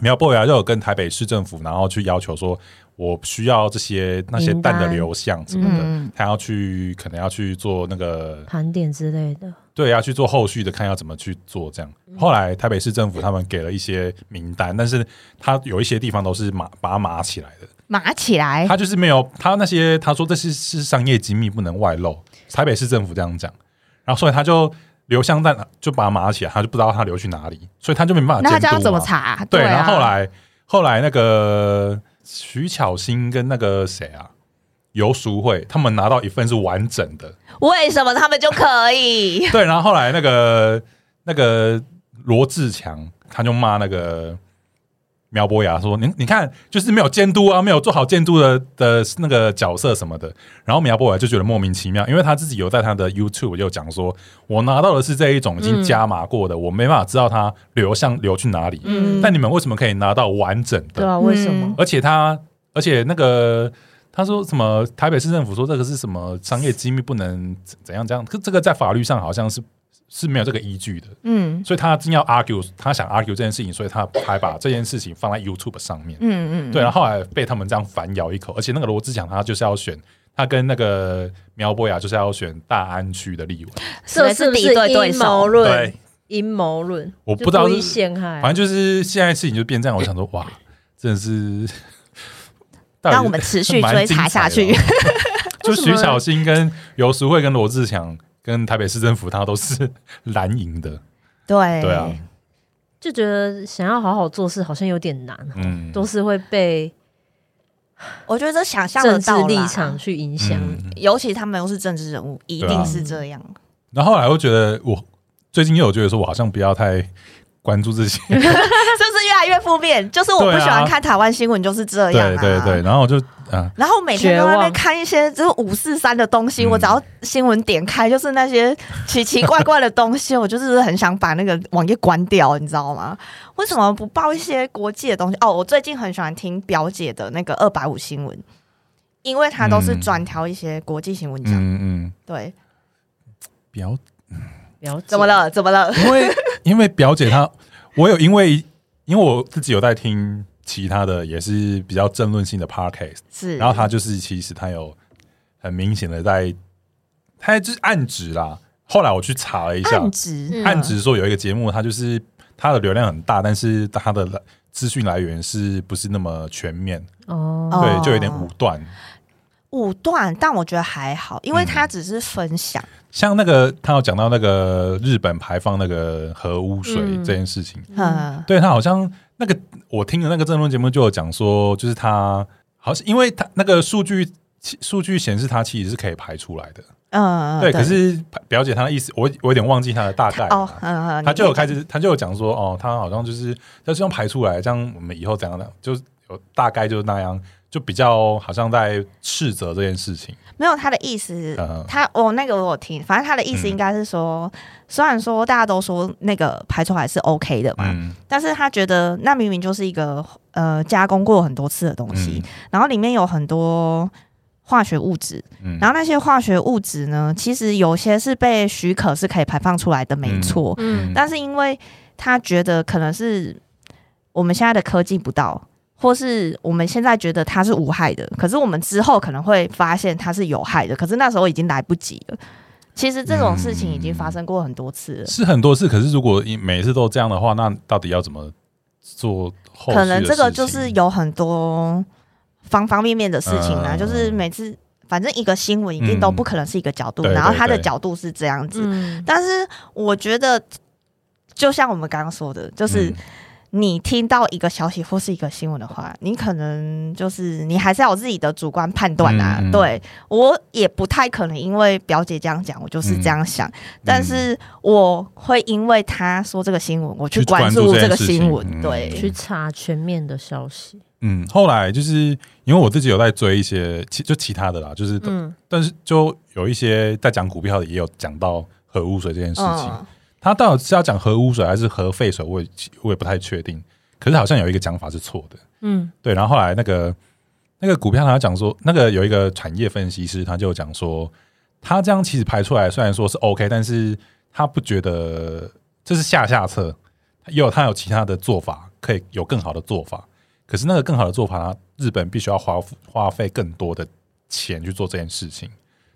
[SPEAKER 1] 苗博雅就有跟台北市政府，然后去要求说，我需要这些那些蛋的流向什么的，
[SPEAKER 2] 嗯
[SPEAKER 1] 他要去可能要去做那个
[SPEAKER 3] 盘点之类的，
[SPEAKER 1] 对，要去做后续的看要怎么去做这样。后来台北市政府他们给了一些名单，但是他有一些地方都是码把它码起来的，
[SPEAKER 2] 码起来
[SPEAKER 1] 他就是没有他那些他说这是是商业机密不能外露，台北市政府这样讲，然后所以他就。流向蛋就把它码起来，他就不知道他流去哪里，所以他就没办法监
[SPEAKER 2] 那
[SPEAKER 1] 督
[SPEAKER 2] 他
[SPEAKER 1] 嘛。
[SPEAKER 2] 就要怎么查？
[SPEAKER 1] 对，
[SPEAKER 2] 啊
[SPEAKER 1] 然后后来后来那个徐巧芯跟那个谁啊，游淑慧，他们拿到一份是完整 的。
[SPEAKER 2] 为什么他们就 可以？
[SPEAKER 1] 对，然后后来那个那个罗志强，他就骂那个。苗博雅说：“你你看，就是没有监督啊，没有做好监督的的那个角色什么的。”然后苗博雅就觉得莫名其妙，因为他自己有在他的 YouTube 就讲说：“我拿到的是这一种已经
[SPEAKER 3] 嗯
[SPEAKER 1] 加码过的，我没办法知道它流向流去哪里。”
[SPEAKER 2] 嗯
[SPEAKER 1] 但你们为什么可以拿到完整
[SPEAKER 3] 对
[SPEAKER 1] 的？
[SPEAKER 3] 啊，为什么？
[SPEAKER 1] 而且他，而且那个他说什么？台北市政府说这个是什么商业机密，不能怎怎样怎样。可这个在法律上好像是是没有这个依据的，
[SPEAKER 2] 嗯
[SPEAKER 1] 所以他真要 argue，他想 argue 这件事情，所以他还把这件事情放在 YouTube 上面。
[SPEAKER 2] 嗯嗯，
[SPEAKER 1] 对，然后后来被他们这样反咬一口，而且那个罗志祥他就是要选，他跟那个苗博雅就是要选大安区的立委，
[SPEAKER 3] 这是不
[SPEAKER 2] 敌对对
[SPEAKER 3] 阴谋
[SPEAKER 2] 手？
[SPEAKER 1] 对
[SPEAKER 3] 论？，阴谋论，
[SPEAKER 1] 我不知道
[SPEAKER 3] 就故意
[SPEAKER 1] 是
[SPEAKER 3] 陷害，
[SPEAKER 1] 反正就是现在事情就变这样，我想说，哇，真的是。 到底
[SPEAKER 2] 让我们持续
[SPEAKER 1] 蛮
[SPEAKER 2] 追
[SPEAKER 1] 精
[SPEAKER 2] 查下
[SPEAKER 1] 彩的
[SPEAKER 2] 去
[SPEAKER 1] 哦。就
[SPEAKER 3] 为什
[SPEAKER 1] 徐
[SPEAKER 3] 么
[SPEAKER 1] 小新跟游淑慧跟罗志祥跟台北市政府，他都是 蓝营的，
[SPEAKER 2] 对
[SPEAKER 1] 对啊，
[SPEAKER 3] 就觉得想要好好做事好像有点难，
[SPEAKER 1] 嗯，
[SPEAKER 3] 都是会被
[SPEAKER 2] 我觉得这想象得
[SPEAKER 3] 政治
[SPEAKER 2] 到啦啊
[SPEAKER 3] 立场，去影响。
[SPEAKER 1] 嗯
[SPEAKER 2] 尤其他们又是政治人物，一
[SPEAKER 1] 对啊
[SPEAKER 2] 定是这样。
[SPEAKER 1] 然后后来我觉得我最近又有觉得说，我好像不要太关注这些，
[SPEAKER 2] 是不是越来越负面？就是我不
[SPEAKER 1] 对啊
[SPEAKER 2] 喜欢看台湾新闻，就是这样、
[SPEAKER 1] 对
[SPEAKER 2] 啊。
[SPEAKER 1] 对对。。然后我就啊，
[SPEAKER 2] 然后每天都在那
[SPEAKER 3] 绝
[SPEAKER 2] 边
[SPEAKER 3] 望
[SPEAKER 2] 看一些就是五四三的东西，
[SPEAKER 1] 嗯
[SPEAKER 2] 我只要新闻点开就是那些奇奇怪怪的东西，我 就是很想把那个网页关掉，你知道吗？为什么不报一些国际的东西？哦，我最近很喜欢听表姐的那个二百五新闻，因为她都是
[SPEAKER 1] 嗯
[SPEAKER 2] 专挑一些国际新闻讲。
[SPEAKER 1] 嗯嗯，
[SPEAKER 2] 对，
[SPEAKER 1] 表，
[SPEAKER 3] 了解
[SPEAKER 2] 怎么？了？怎么 了？
[SPEAKER 1] 因为因为表姐她，我有因为因为我自己有在听其他的，也是比较争论性的 podcast。
[SPEAKER 2] 是，
[SPEAKER 1] 然后他就是其实他有很明显的在，他就是暗指啦。后来我去查了一下
[SPEAKER 2] 暗，指啊
[SPEAKER 3] 嗯
[SPEAKER 1] 暗指说有一个节目，它就是它的流量很大，但是它的来资讯来源是不是那么全面？
[SPEAKER 3] 哦，
[SPEAKER 2] 哦
[SPEAKER 1] 对，就有点武断。
[SPEAKER 2] 武断，但我觉得还好，
[SPEAKER 1] 嗯
[SPEAKER 2] 因为他只是分享。
[SPEAKER 1] 像那个他有讲到那个日本排放那个核污水
[SPEAKER 3] 嗯
[SPEAKER 1] 这件事情，
[SPEAKER 3] 嗯，
[SPEAKER 2] 嗯，
[SPEAKER 1] 对他好像那个我听的那个政论节目就有讲说，就是他好像因为他那个数据数据显示他其实是可以排出来的，
[SPEAKER 2] 嗯，
[SPEAKER 1] 对。可是表姐她的意思，我我有点忘记她的大概了
[SPEAKER 2] 哦，嗯嗯，
[SPEAKER 1] 他就有开
[SPEAKER 2] 始，
[SPEAKER 1] 始，他就有讲说，哦，他好像就是他是用排出来，这样我们以后怎样的，就是有大概就是那样，就比较好像在斥责这件事情。
[SPEAKER 2] 没有他的意思，
[SPEAKER 1] 嗯
[SPEAKER 2] 他哦，那个我有听，反正他的意思应该是说，虽然说大家都说那个排出来是 OK 的嘛，
[SPEAKER 1] 嗯
[SPEAKER 2] 但是他觉得那明明就是一个呃加工过很多次的东西，然后里面有很多化学物质，
[SPEAKER 1] 嗯
[SPEAKER 2] 然后那些化学物质呢，其实有些是被许可是可以排放出来的，没错，
[SPEAKER 3] 嗯
[SPEAKER 2] 但是因为他觉得可能是我们现在的科技不到。或是我们现在觉得它是无害的，可是我们之后可能会发现它是有害的，可是那时候已经来不及了。其实这种事情已经发生过很多次了，
[SPEAKER 1] 是很多次，可是如果一每次都这样的话，那到底要怎么做后续
[SPEAKER 2] 嗯可
[SPEAKER 1] 的事情？
[SPEAKER 2] 能这个就是有很多方方面面的事情啦，
[SPEAKER 1] 嗯
[SPEAKER 2] 就是每次反正一个新闻一定都
[SPEAKER 1] 嗯
[SPEAKER 2] 不可能是一个角度，
[SPEAKER 1] 对
[SPEAKER 2] 然后
[SPEAKER 1] 对
[SPEAKER 2] 他的
[SPEAKER 1] 对
[SPEAKER 2] 角度是这样子，
[SPEAKER 3] 嗯
[SPEAKER 2] 但是我觉得。就像我们刚刚说的，就是
[SPEAKER 1] 嗯
[SPEAKER 2] 你听到一个消息或是一个新闻的话，你可能就是你还是要有自己的主观判断啊。
[SPEAKER 1] 嗯嗯
[SPEAKER 2] 对我也不太可能因为表姐这样讲，我就是这样
[SPEAKER 1] 嗯
[SPEAKER 2] 想，但是我会因为她说这个新闻，我去
[SPEAKER 1] 去
[SPEAKER 2] 关
[SPEAKER 1] 关注
[SPEAKER 2] 注
[SPEAKER 1] 这
[SPEAKER 2] 这
[SPEAKER 1] 件
[SPEAKER 2] 个
[SPEAKER 1] 事情
[SPEAKER 2] 新闻。
[SPEAKER 1] 嗯
[SPEAKER 2] 对，
[SPEAKER 3] 去查全面的消息，
[SPEAKER 1] 嗯，后来就是因为我自己有在追一些其就其他的啦，就是、
[SPEAKER 3] 嗯
[SPEAKER 1] 但是就有一些在讲股票的也有讲到核污水这件事情，
[SPEAKER 2] 嗯
[SPEAKER 1] 他到底是要讲核污水还是核废水，我也我也不太确定。可是好像有一个讲法是错的，
[SPEAKER 3] 嗯
[SPEAKER 1] 对。然后后来那个那个股票，他讲说，那个有一个产业分析师，他就讲说，他这样其实排出来虽然说是 OK，但是他不觉得这是下下策，也有他有其他的做法，可以有更好的做法。可是那个更好的做法，日本必须要花花费更多的钱去做这件事情，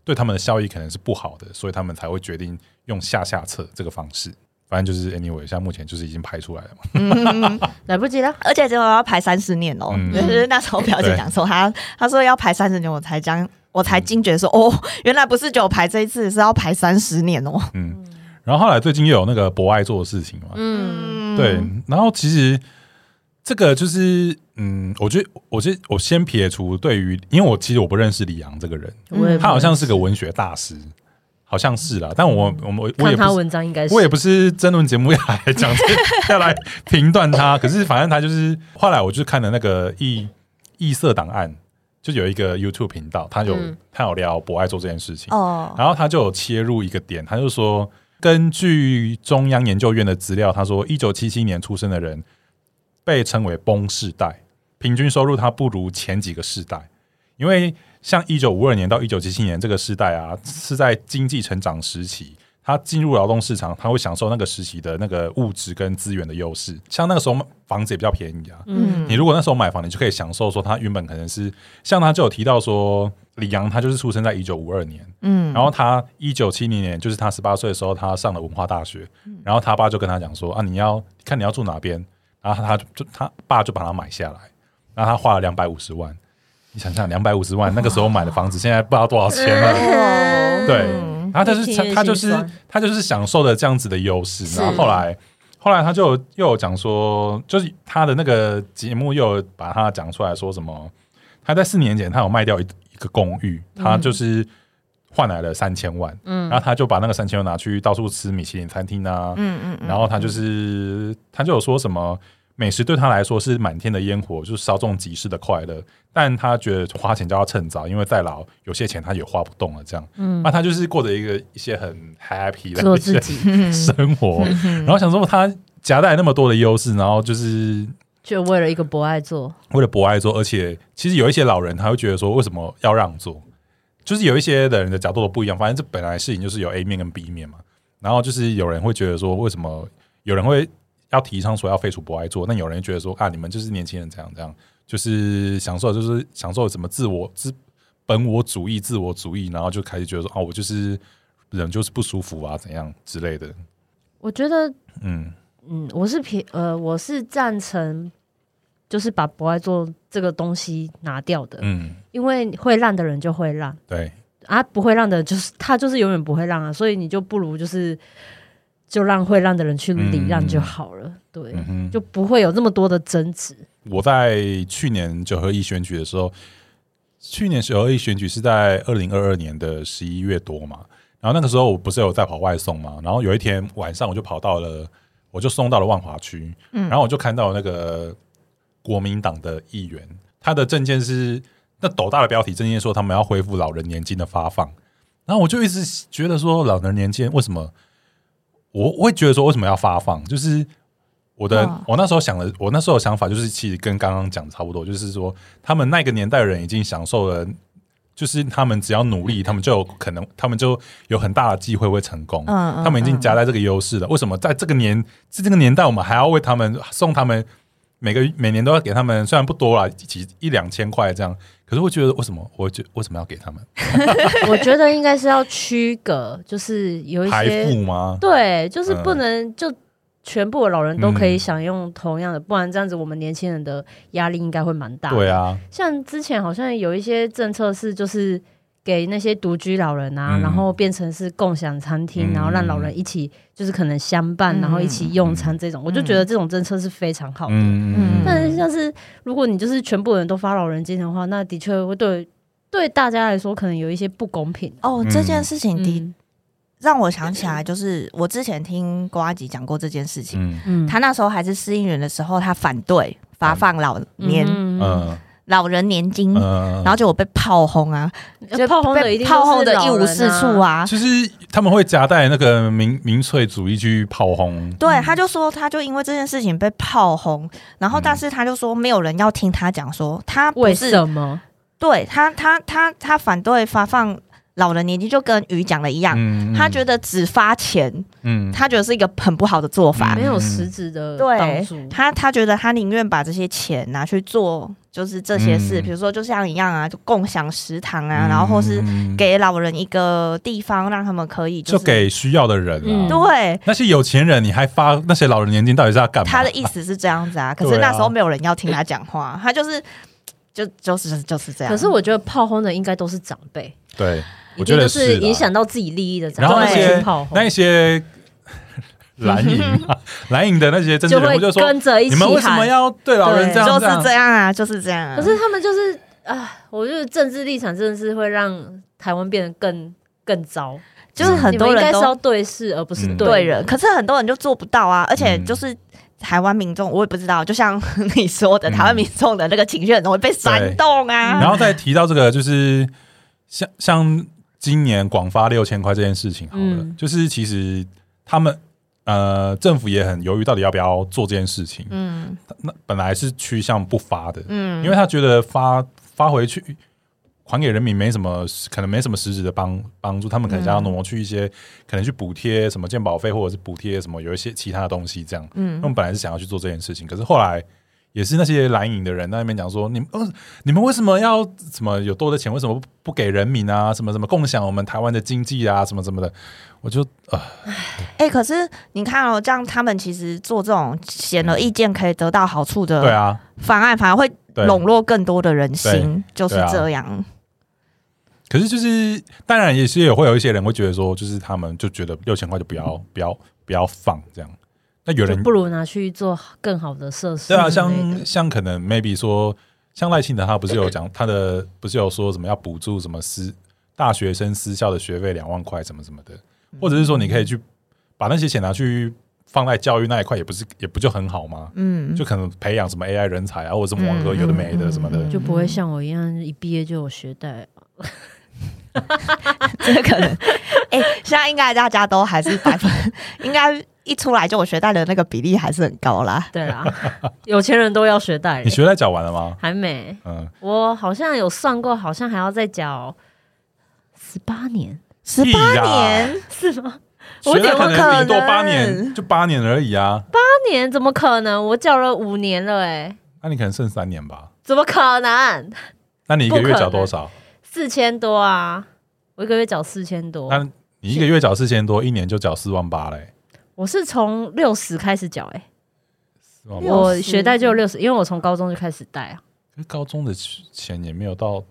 [SPEAKER 1] 对他们的效益可能是不好的，所以他们才会决定用下下策这个方式。反正就是 anyway，像目前就是已经排出来了嘛。
[SPEAKER 2] 嗯，
[SPEAKER 3] 来不及了，
[SPEAKER 2] 而且结果要排三十年哦、
[SPEAKER 1] 嗯
[SPEAKER 2] 就是那时候表姐讲说，她她说要排三十年，我才将我才惊觉说，
[SPEAKER 1] 嗯
[SPEAKER 2] 哦，原来不是只有排这一次，是要排三十年哦、
[SPEAKER 1] 嗯，然后后来最近又有那个博爱做的事情嘛，
[SPEAKER 2] 嗯，
[SPEAKER 3] 嗯
[SPEAKER 1] 对，然后其实这个就是，嗯，我觉得，我觉得我先撇除对于，因为我其实我不认识李阳这个人，
[SPEAKER 2] 嗯
[SPEAKER 3] 我也不
[SPEAKER 1] 他好像是个文学大师，好像是啦，但我我我我
[SPEAKER 3] 嗯看
[SPEAKER 1] 也
[SPEAKER 3] 他
[SPEAKER 1] 不是。
[SPEAKER 3] 文章应该是
[SPEAKER 1] 我也不是争论节目要来讲这，要来评断他。 可是反正他就是，后来我就看了那个异异色档案，就有一个 YouTube 频道，他有、
[SPEAKER 3] 嗯
[SPEAKER 1] 他有聊博爱做这件事情。
[SPEAKER 2] 哦，
[SPEAKER 1] 然后他就有切入一个点，他就说，根据中央研究院的资料，他说，一九七七年出生的人被称为“崩世代”，平均收入他不如前几个世代，因为像一九五二年到一九七七年这个世代啊，是在经济成长时期。他进入劳动市场，他会享受那个时期的那个物质跟资源的优势。像那个时候房子也比较便宜啊，
[SPEAKER 3] 嗯
[SPEAKER 1] 你如果那时候买房，你就可以享受说他原本可能是像他就有提到说李阳，他就是出生在一九五二年，
[SPEAKER 2] 嗯，
[SPEAKER 1] 然后他一九七零年，就是他十八岁的时候，他上了文化大学，然后他爸就跟他讲说啊，你要看你要住哪边，然后他就就他爸就把他买下来，然后他花了两百五十万，你想想两百五十万那个时候买的房子，现在不知道多少钱了。
[SPEAKER 2] 哦
[SPEAKER 1] 对
[SPEAKER 2] 嗯
[SPEAKER 1] 然后他就
[SPEAKER 3] 越
[SPEAKER 1] 是
[SPEAKER 3] 听
[SPEAKER 1] 他
[SPEAKER 3] 越
[SPEAKER 1] 他就
[SPEAKER 3] 心
[SPEAKER 1] 是
[SPEAKER 3] 酸
[SPEAKER 1] 他就是享受了这样子的优势，
[SPEAKER 3] 是
[SPEAKER 1] 然后后来后来他就有又有讲说，就是他的那个节目又有把他讲出来说什么，他在四年前他有卖掉一一个公寓，他就是换来了三千万，
[SPEAKER 3] 嗯
[SPEAKER 1] 然后他就把那个三千万拿去到处吃米其林餐厅啊，
[SPEAKER 2] 嗯嗯嗯，
[SPEAKER 1] 然后他
[SPEAKER 3] 嗯
[SPEAKER 1] 就是他就有说什么美食对他来说是满天的烟火，就是稍纵即逝的快乐，但他觉得花钱就要趁早，因为再老有些钱他也花不动了，这样，
[SPEAKER 3] 嗯
[SPEAKER 1] 那他就是过着一个一些很 happy 的
[SPEAKER 3] 做
[SPEAKER 1] 一些
[SPEAKER 3] 自己， 嗯
[SPEAKER 1] 生活，然后想说他夹带那么多的优势，然后就是
[SPEAKER 3] 就为了一个博爱做，
[SPEAKER 1] 为了博爱做，而且其实有一些老人他会觉得说，为什么要让座？就是有一些人的角度都不一样，反正这本来事情就是有 A 面跟 B 面嘛。然后就是有人会觉得说，为什么有人会要提倡说要废除博爱做？那有人觉得说啊，你们就是年轻人这样这样，就是享受就是享受什么自我自本我主义、自我主义，然后就开始觉得说啊，我就是人就是不舒服啊，怎样之类的。
[SPEAKER 3] 我觉得
[SPEAKER 1] 嗯
[SPEAKER 3] 嗯，我是偏呃，我是赞成就是把不爱做这个东西拿掉的，
[SPEAKER 1] 嗯，
[SPEAKER 3] 因为会烂的人就会烂
[SPEAKER 1] 对，
[SPEAKER 3] 啊，不会烂的就是他就是永远不会烂啊，所以你就不如就是就让会烂的人去礼让就好了，对，
[SPEAKER 1] 嗯哼，
[SPEAKER 3] 就不会有那么多的争执。
[SPEAKER 1] 我在去年九合一选举的时候，去年九合一选举是在二零二二年的十一月多嘛，然后那个时候我不是有在跑外送嘛，然后有一天晚上我就跑到了，我就送到了万华区，
[SPEAKER 2] 嗯
[SPEAKER 1] 然后我就看到那个国民党的议员，他的证件是那斗大的标题，证件说他们要恢复老人年金的发放，然后我就一直觉得说老人年金为什么，我我会觉得说为什么要发放，就是。我的、
[SPEAKER 2] 嗯
[SPEAKER 1] 我那时候想的，我那时候的想法就是，其实跟刚刚讲的差不多，就是说他们那个年代的人已经享受了，就是他们只要努力，他们就有可能，他们就有很大的机会会成功。
[SPEAKER 2] 嗯嗯
[SPEAKER 1] 他们已经夹在这个优势了。为什么在这个年在这个年代，我们还要为他们送他们每个每年都要给他们，虽然不多啦，几一两千块这样，可是我觉得为什么我觉为什么要给他们
[SPEAKER 3] 我觉得应该是要区隔，就是有一
[SPEAKER 1] 排
[SPEAKER 3] 些
[SPEAKER 1] 富吗？
[SPEAKER 3] 对，就是不
[SPEAKER 1] 嗯
[SPEAKER 3] 能就全部的老人都可以
[SPEAKER 1] 嗯
[SPEAKER 3] 享用同样的，不然这样子我们年轻人的压力应该会蛮大。
[SPEAKER 1] 对，啊，
[SPEAKER 3] 像之前好像有一些政策是就是给那些独居老人啊，
[SPEAKER 1] 嗯
[SPEAKER 3] 然后变成是共享餐厅，
[SPEAKER 1] 嗯
[SPEAKER 3] 然后让老人一起就是可能相伴，
[SPEAKER 2] 嗯
[SPEAKER 3] 然后一起用餐这种，我就觉得这种政策是非常好的。
[SPEAKER 1] 嗯，
[SPEAKER 3] 但是像是如果你就是全部人都发老人金的话，那的确会对对大家来说可能有一些不公平。
[SPEAKER 2] 哦，这件事情的、
[SPEAKER 3] 嗯
[SPEAKER 2] 让我想起来，就是我之前听郭阿吉讲过这件事情。
[SPEAKER 1] 嗯
[SPEAKER 3] 嗯
[SPEAKER 2] 他那时候还是市议员的时候，他反对发放老年、
[SPEAKER 3] 嗯
[SPEAKER 1] 嗯
[SPEAKER 2] 老人年金，
[SPEAKER 1] 嗯，
[SPEAKER 2] 然后就我被炮轰啊，就
[SPEAKER 3] 炮轰的一
[SPEAKER 2] 被
[SPEAKER 3] 定
[SPEAKER 2] 炮轰的
[SPEAKER 3] 都是
[SPEAKER 2] 一
[SPEAKER 3] 老
[SPEAKER 2] 无
[SPEAKER 3] 人
[SPEAKER 2] 是处
[SPEAKER 3] 啊！
[SPEAKER 2] 啊。
[SPEAKER 1] 就是他们会夹带那个民民粹主义去炮轰，
[SPEAKER 2] 对，他就说，他就因为这件事情被炮轰，然后
[SPEAKER 1] 嗯
[SPEAKER 2] 但是他就说，没有人要听他讲说，他不
[SPEAKER 3] 为
[SPEAKER 2] 是
[SPEAKER 3] 什么？
[SPEAKER 2] 对他，他他他反对发放老人年金，就跟于讲的一样，
[SPEAKER 1] 嗯
[SPEAKER 2] 啊他觉得只发钱，
[SPEAKER 1] 嗯
[SPEAKER 2] 他觉得是一个很不好的做法。
[SPEAKER 3] 没有实质的帮
[SPEAKER 2] 对
[SPEAKER 3] 助。
[SPEAKER 2] 他，他觉得他宁愿把这些钱拿去做，就是这些事，
[SPEAKER 1] 嗯
[SPEAKER 2] 比如说就像一样啊，就共享食堂啊，然后或是给老人一个地方，让他们可以
[SPEAKER 1] 嗯就是给需要的人啊
[SPEAKER 3] 嗯。
[SPEAKER 2] 对。
[SPEAKER 1] 那些有钱人，你还发那些老人年金，到底是要干嘛？
[SPEAKER 2] 他的意思是这样子啊，可
[SPEAKER 1] 对
[SPEAKER 2] 是
[SPEAKER 1] 啊
[SPEAKER 2] 那时候没有人要听他讲话，他就是就就是就是这样。
[SPEAKER 3] 可是我觉得炮轰的应该都是长辈，
[SPEAKER 1] 对，我
[SPEAKER 3] 一
[SPEAKER 1] 觉
[SPEAKER 3] 定
[SPEAKER 1] 得
[SPEAKER 3] 就是是
[SPEAKER 1] 啦
[SPEAKER 3] 影响到自己利益的
[SPEAKER 1] 然
[SPEAKER 3] 长
[SPEAKER 1] 后那
[SPEAKER 2] 对
[SPEAKER 3] 辈去
[SPEAKER 1] 些
[SPEAKER 3] 炮轰，
[SPEAKER 1] 那 些蓝营啊、 蓝营的那些政治
[SPEAKER 3] 就
[SPEAKER 1] 人
[SPEAKER 3] 会
[SPEAKER 1] 物就说
[SPEAKER 3] 跟着：“一
[SPEAKER 1] 你
[SPEAKER 3] 起
[SPEAKER 1] 们为什么
[SPEAKER 3] 喊。
[SPEAKER 1] 要对老人这样
[SPEAKER 2] 就
[SPEAKER 1] 这
[SPEAKER 2] 是
[SPEAKER 1] 样
[SPEAKER 2] 这样啊，就是这样啊。
[SPEAKER 3] 可是他们就是啊，我觉得政治立场真的是会让台湾变得更更糟。
[SPEAKER 2] 就是很
[SPEAKER 3] 你们
[SPEAKER 2] 多
[SPEAKER 3] 应该
[SPEAKER 2] 人
[SPEAKER 3] 是要
[SPEAKER 2] 都
[SPEAKER 3] 对事，而不是
[SPEAKER 1] 嗯
[SPEAKER 2] 对
[SPEAKER 3] 对
[SPEAKER 2] 人，。可是很多人就做不到啊，而且
[SPEAKER 1] 嗯
[SPEAKER 2] 就是。台湾民众，我也不知道，就像 你说的，
[SPEAKER 1] 嗯
[SPEAKER 2] 台湾民众的那个情绪很容易被煽动啊。
[SPEAKER 1] 然后再提到这个，就是像像今年广发六千块这件事情，好了，
[SPEAKER 3] 嗯
[SPEAKER 1] 就是其实他们呃政府也很犹豫，到底要不要做这件事情。
[SPEAKER 2] 嗯
[SPEAKER 1] 那本来是趋向不发的，
[SPEAKER 2] 嗯，
[SPEAKER 1] 因为他觉得发发回去还给人民没什么，可能没什么实质的帮帮助，他们可能想要
[SPEAKER 2] 嗯
[SPEAKER 1] 挪去一些，可能去补贴什么健保费，或者是补贴什么有一些其他的东西这样。
[SPEAKER 2] 嗯
[SPEAKER 1] 他们本来是想要去做这件事情，可是后来。也是那些蓝营的人在那边讲说，你们、呃你们为什么要什么有多的钱，为什么不不给人民啊？什么什么共享我们台湾的经济啊，什么什么的，我就呃，
[SPEAKER 2] 哎、可是你看哦，这样他们其实做这种显而易见可以得到好处
[SPEAKER 1] 对
[SPEAKER 2] 的
[SPEAKER 1] 啊，
[SPEAKER 2] 方案，反而会
[SPEAKER 1] 对，
[SPEAKER 2] 笼络更多的人心，就是
[SPEAKER 1] 对啊
[SPEAKER 2] 这样。
[SPEAKER 1] 可是就是，当然也是也会有一些人会觉得说，就是他们就觉得六千块就不要不要不要放这样。那有
[SPEAKER 3] 就
[SPEAKER 1] 人
[SPEAKER 3] 不如拿去做更好的设施之
[SPEAKER 1] 对
[SPEAKER 3] 类的。
[SPEAKER 1] 啊，像像可能 maybe 说，像赖清德他不是有讲他的不是有说什么要补助什么私大学生私校的学费两万块什么什么的，或者是说你可以去把那些钱拿去放在教育那一块，也不是也不就很好吗？
[SPEAKER 2] 嗯，
[SPEAKER 1] 就可能培养什么 AI 人才啊，或者是网格
[SPEAKER 2] 嗯
[SPEAKER 1] 有的没的
[SPEAKER 2] 嗯
[SPEAKER 1] 什么的，
[SPEAKER 2] 嗯
[SPEAKER 3] 就不会像我一样一毕业就有 学贷。
[SPEAKER 2] 这可能，哎、现在应该大家都还是百分， 应该一出来就我学贷的那个比例还是很高啦。
[SPEAKER 3] 对啦，有钱人都要学贷
[SPEAKER 1] 你。学贷缴完了吗？
[SPEAKER 3] 还没，
[SPEAKER 1] 嗯，
[SPEAKER 3] 我好像有算过，好像还要再缴十八年，
[SPEAKER 2] 十
[SPEAKER 1] 屁
[SPEAKER 2] 八
[SPEAKER 1] 呀
[SPEAKER 2] 年，
[SPEAKER 3] 是吗？我
[SPEAKER 1] 学贷
[SPEAKER 3] 有点
[SPEAKER 1] 可
[SPEAKER 3] 不
[SPEAKER 1] 能顶多
[SPEAKER 2] 可
[SPEAKER 1] 八
[SPEAKER 2] 能
[SPEAKER 1] 年，就八年而已啊。
[SPEAKER 3] 八年怎么可能？我缴了五年了、哎，
[SPEAKER 1] 那你可能剩三年吧？
[SPEAKER 3] 怎么可能？
[SPEAKER 1] 那你一个
[SPEAKER 3] 不
[SPEAKER 1] 月
[SPEAKER 3] 可
[SPEAKER 1] 缴多
[SPEAKER 3] 能
[SPEAKER 1] 少？
[SPEAKER 3] 四千多啊！我一个月缴四千多，
[SPEAKER 1] 那你一个月缴四千多，一年就缴四万八嘞。
[SPEAKER 3] 我是从六十开始缴，哎，
[SPEAKER 1] 是吗？
[SPEAKER 2] 六
[SPEAKER 3] 欸我
[SPEAKER 2] 十
[SPEAKER 3] 学贷就有六十，因为我从高中就开始贷啊，
[SPEAKER 1] 可是高中的钱也没有到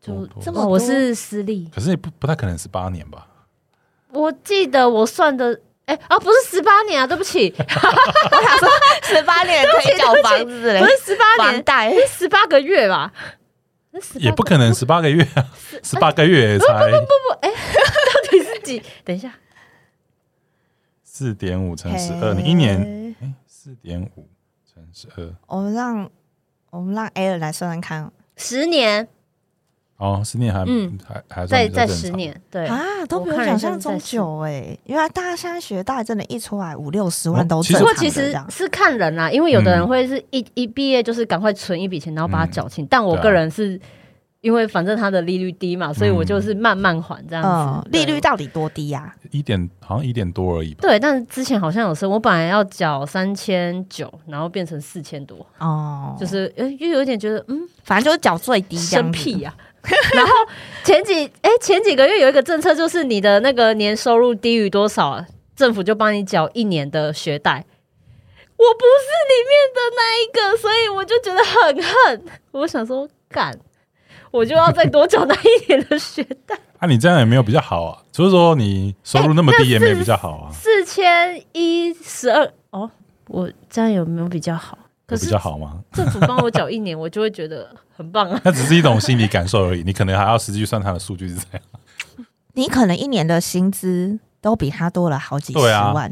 [SPEAKER 3] 就
[SPEAKER 1] 多多
[SPEAKER 2] 这么
[SPEAKER 3] 哦
[SPEAKER 2] 多
[SPEAKER 3] 我是私立，
[SPEAKER 1] 可是也不不太可能十八年吧？
[SPEAKER 3] 我记得我算的，哎、啊，不是十八年啊，对 不 起，
[SPEAKER 2] 我想说十八年可以缴房子
[SPEAKER 1] 哎
[SPEAKER 2] 嘞
[SPEAKER 3] 不，是十八
[SPEAKER 2] 房
[SPEAKER 3] 年，
[SPEAKER 2] 贷
[SPEAKER 3] 是十八个月吧？那18
[SPEAKER 1] 也不可能十八个月啊，十八个月也才
[SPEAKER 3] 到底是几？等一下，
[SPEAKER 1] 四点五乘十二，你一年
[SPEAKER 2] 嘿
[SPEAKER 1] 四点五乘十二，
[SPEAKER 2] 我们让我们让 A 来算算看
[SPEAKER 3] 十年，
[SPEAKER 1] 哦，十年还
[SPEAKER 3] 嗯
[SPEAKER 1] 还还算
[SPEAKER 3] 再
[SPEAKER 1] 比较
[SPEAKER 3] 再
[SPEAKER 1] 正
[SPEAKER 3] 十
[SPEAKER 1] 常。
[SPEAKER 3] 年，对，
[SPEAKER 2] 啊，都比
[SPEAKER 3] 我
[SPEAKER 2] 我
[SPEAKER 3] 看了
[SPEAKER 2] 想
[SPEAKER 3] 一下
[SPEAKER 2] 象中久哎、因为大家现在学贷真的，一出来五六十
[SPEAKER 1] 哦
[SPEAKER 2] 万都
[SPEAKER 1] 其
[SPEAKER 2] 正
[SPEAKER 1] 实
[SPEAKER 3] 不
[SPEAKER 2] 常
[SPEAKER 3] 过
[SPEAKER 2] 的
[SPEAKER 3] 其
[SPEAKER 2] 这
[SPEAKER 3] 实
[SPEAKER 2] 样。
[SPEAKER 3] 是看人啊啦、因为有的人
[SPEAKER 1] 嗯
[SPEAKER 3] 会是一、一毕业就是赶快存一笔钱，然后把它缴清。但我
[SPEAKER 1] 对啊
[SPEAKER 3] 个人是因为反正它的利率低嘛，所以我
[SPEAKER 1] 嗯
[SPEAKER 3] 就是慢慢还这样
[SPEAKER 2] 嗯
[SPEAKER 3] 子。，对
[SPEAKER 2] 利率到底多低啊呀、
[SPEAKER 1] 一点好像一点多而已吧。
[SPEAKER 3] 对，但是之前好像有时候我本来要缴三千九，然后变成四千多，
[SPEAKER 2] 哦，
[SPEAKER 3] 就是呃又有一点觉得嗯
[SPEAKER 2] 反正就是缴最低这
[SPEAKER 3] 生啊
[SPEAKER 2] 样子
[SPEAKER 3] 僻呀、 然后前几哎、前几个月有一个政策，就是你的那个年收入低于多少，政府就帮你缴一年的学贷。我不是里面的那一个，所以我就觉得很恨。我想说，干，我就要再多缴那一年的学 贷，
[SPEAKER 1] 啊，你这样也没有比较好啊，就是说你收入那么低也没比较好啊，
[SPEAKER 3] 四千一十二哦。我这样有没有比较好？可
[SPEAKER 1] 有比
[SPEAKER 3] 是
[SPEAKER 1] 较好吗？
[SPEAKER 3] 政府帮我缴一年，我就会觉得很棒 啊。
[SPEAKER 1] 那只是一种心理感受而已，你可能还要实际去算它的数据是怎样。
[SPEAKER 2] 你可能一年的薪资都比他多了好几十
[SPEAKER 1] 对啊
[SPEAKER 2] 万、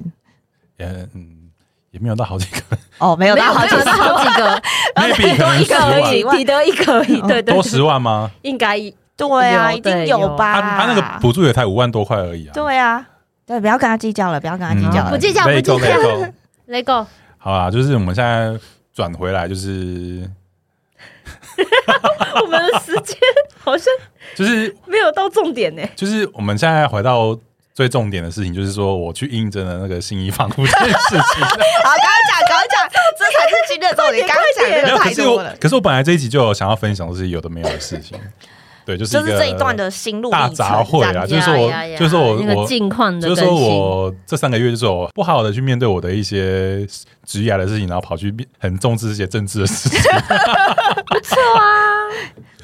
[SPEAKER 1] 也嗯，也没有到好 几个，
[SPEAKER 2] 哦，没有到好
[SPEAKER 3] 没
[SPEAKER 2] 几
[SPEAKER 3] 有
[SPEAKER 2] 十
[SPEAKER 3] 到好
[SPEAKER 2] 万，
[SPEAKER 3] 几个，
[SPEAKER 1] maybe 可能
[SPEAKER 3] 一
[SPEAKER 1] 十
[SPEAKER 3] 个而已，
[SPEAKER 1] 万，
[SPEAKER 2] 万
[SPEAKER 3] 抵得一个而已，哦对对对
[SPEAKER 1] 多十万吗？
[SPEAKER 3] 应该一
[SPEAKER 2] 对啊，
[SPEAKER 3] 有
[SPEAKER 2] 一定
[SPEAKER 3] 对
[SPEAKER 2] 有
[SPEAKER 3] 有
[SPEAKER 2] 吧？
[SPEAKER 1] 他他那 个补助也才五万多块而已啊。
[SPEAKER 2] 啊对啊，对，不要跟他计较了，不要跟他
[SPEAKER 1] 嗯，
[SPEAKER 2] 计较
[SPEAKER 3] 不
[SPEAKER 2] 了。
[SPEAKER 3] 计较不
[SPEAKER 1] Let it go,
[SPEAKER 3] 计较
[SPEAKER 1] let it go
[SPEAKER 3] 雷狗，
[SPEAKER 1] 好啦，就是我们现在转回来，就是
[SPEAKER 3] 我们的时间好像
[SPEAKER 1] 就是
[SPEAKER 3] 没有到重 点呢、
[SPEAKER 1] 就是我们现在回到最重点的事情，就是说我去应征的那个新衣房屋这件事 情。
[SPEAKER 2] 好，赶快讲，赶快讲，这才是今天的重点。刚刚讲
[SPEAKER 1] 没
[SPEAKER 2] 这
[SPEAKER 1] 有，
[SPEAKER 2] 个
[SPEAKER 1] 可
[SPEAKER 2] 太
[SPEAKER 1] 是
[SPEAKER 2] 多
[SPEAKER 1] 我
[SPEAKER 2] 了，
[SPEAKER 1] 可是我本来这一集就有想要分享的是有的没有的事情，对，就是
[SPEAKER 2] 就是
[SPEAKER 1] 个
[SPEAKER 2] 这一段的心路
[SPEAKER 1] 大
[SPEAKER 2] 历
[SPEAKER 1] 杂
[SPEAKER 2] 程。
[SPEAKER 1] 烩啊，就是说
[SPEAKER 3] 呀呀
[SPEAKER 1] 我
[SPEAKER 3] 呀
[SPEAKER 1] 就是说我
[SPEAKER 3] 那个
[SPEAKER 1] 我
[SPEAKER 3] 近况的
[SPEAKER 1] 就是
[SPEAKER 3] 更
[SPEAKER 1] 说
[SPEAKER 3] 新，
[SPEAKER 1] 我这三个月就是我不好好的去面对我的一些职业的事情，然后跑去面很重视这些政治的事情。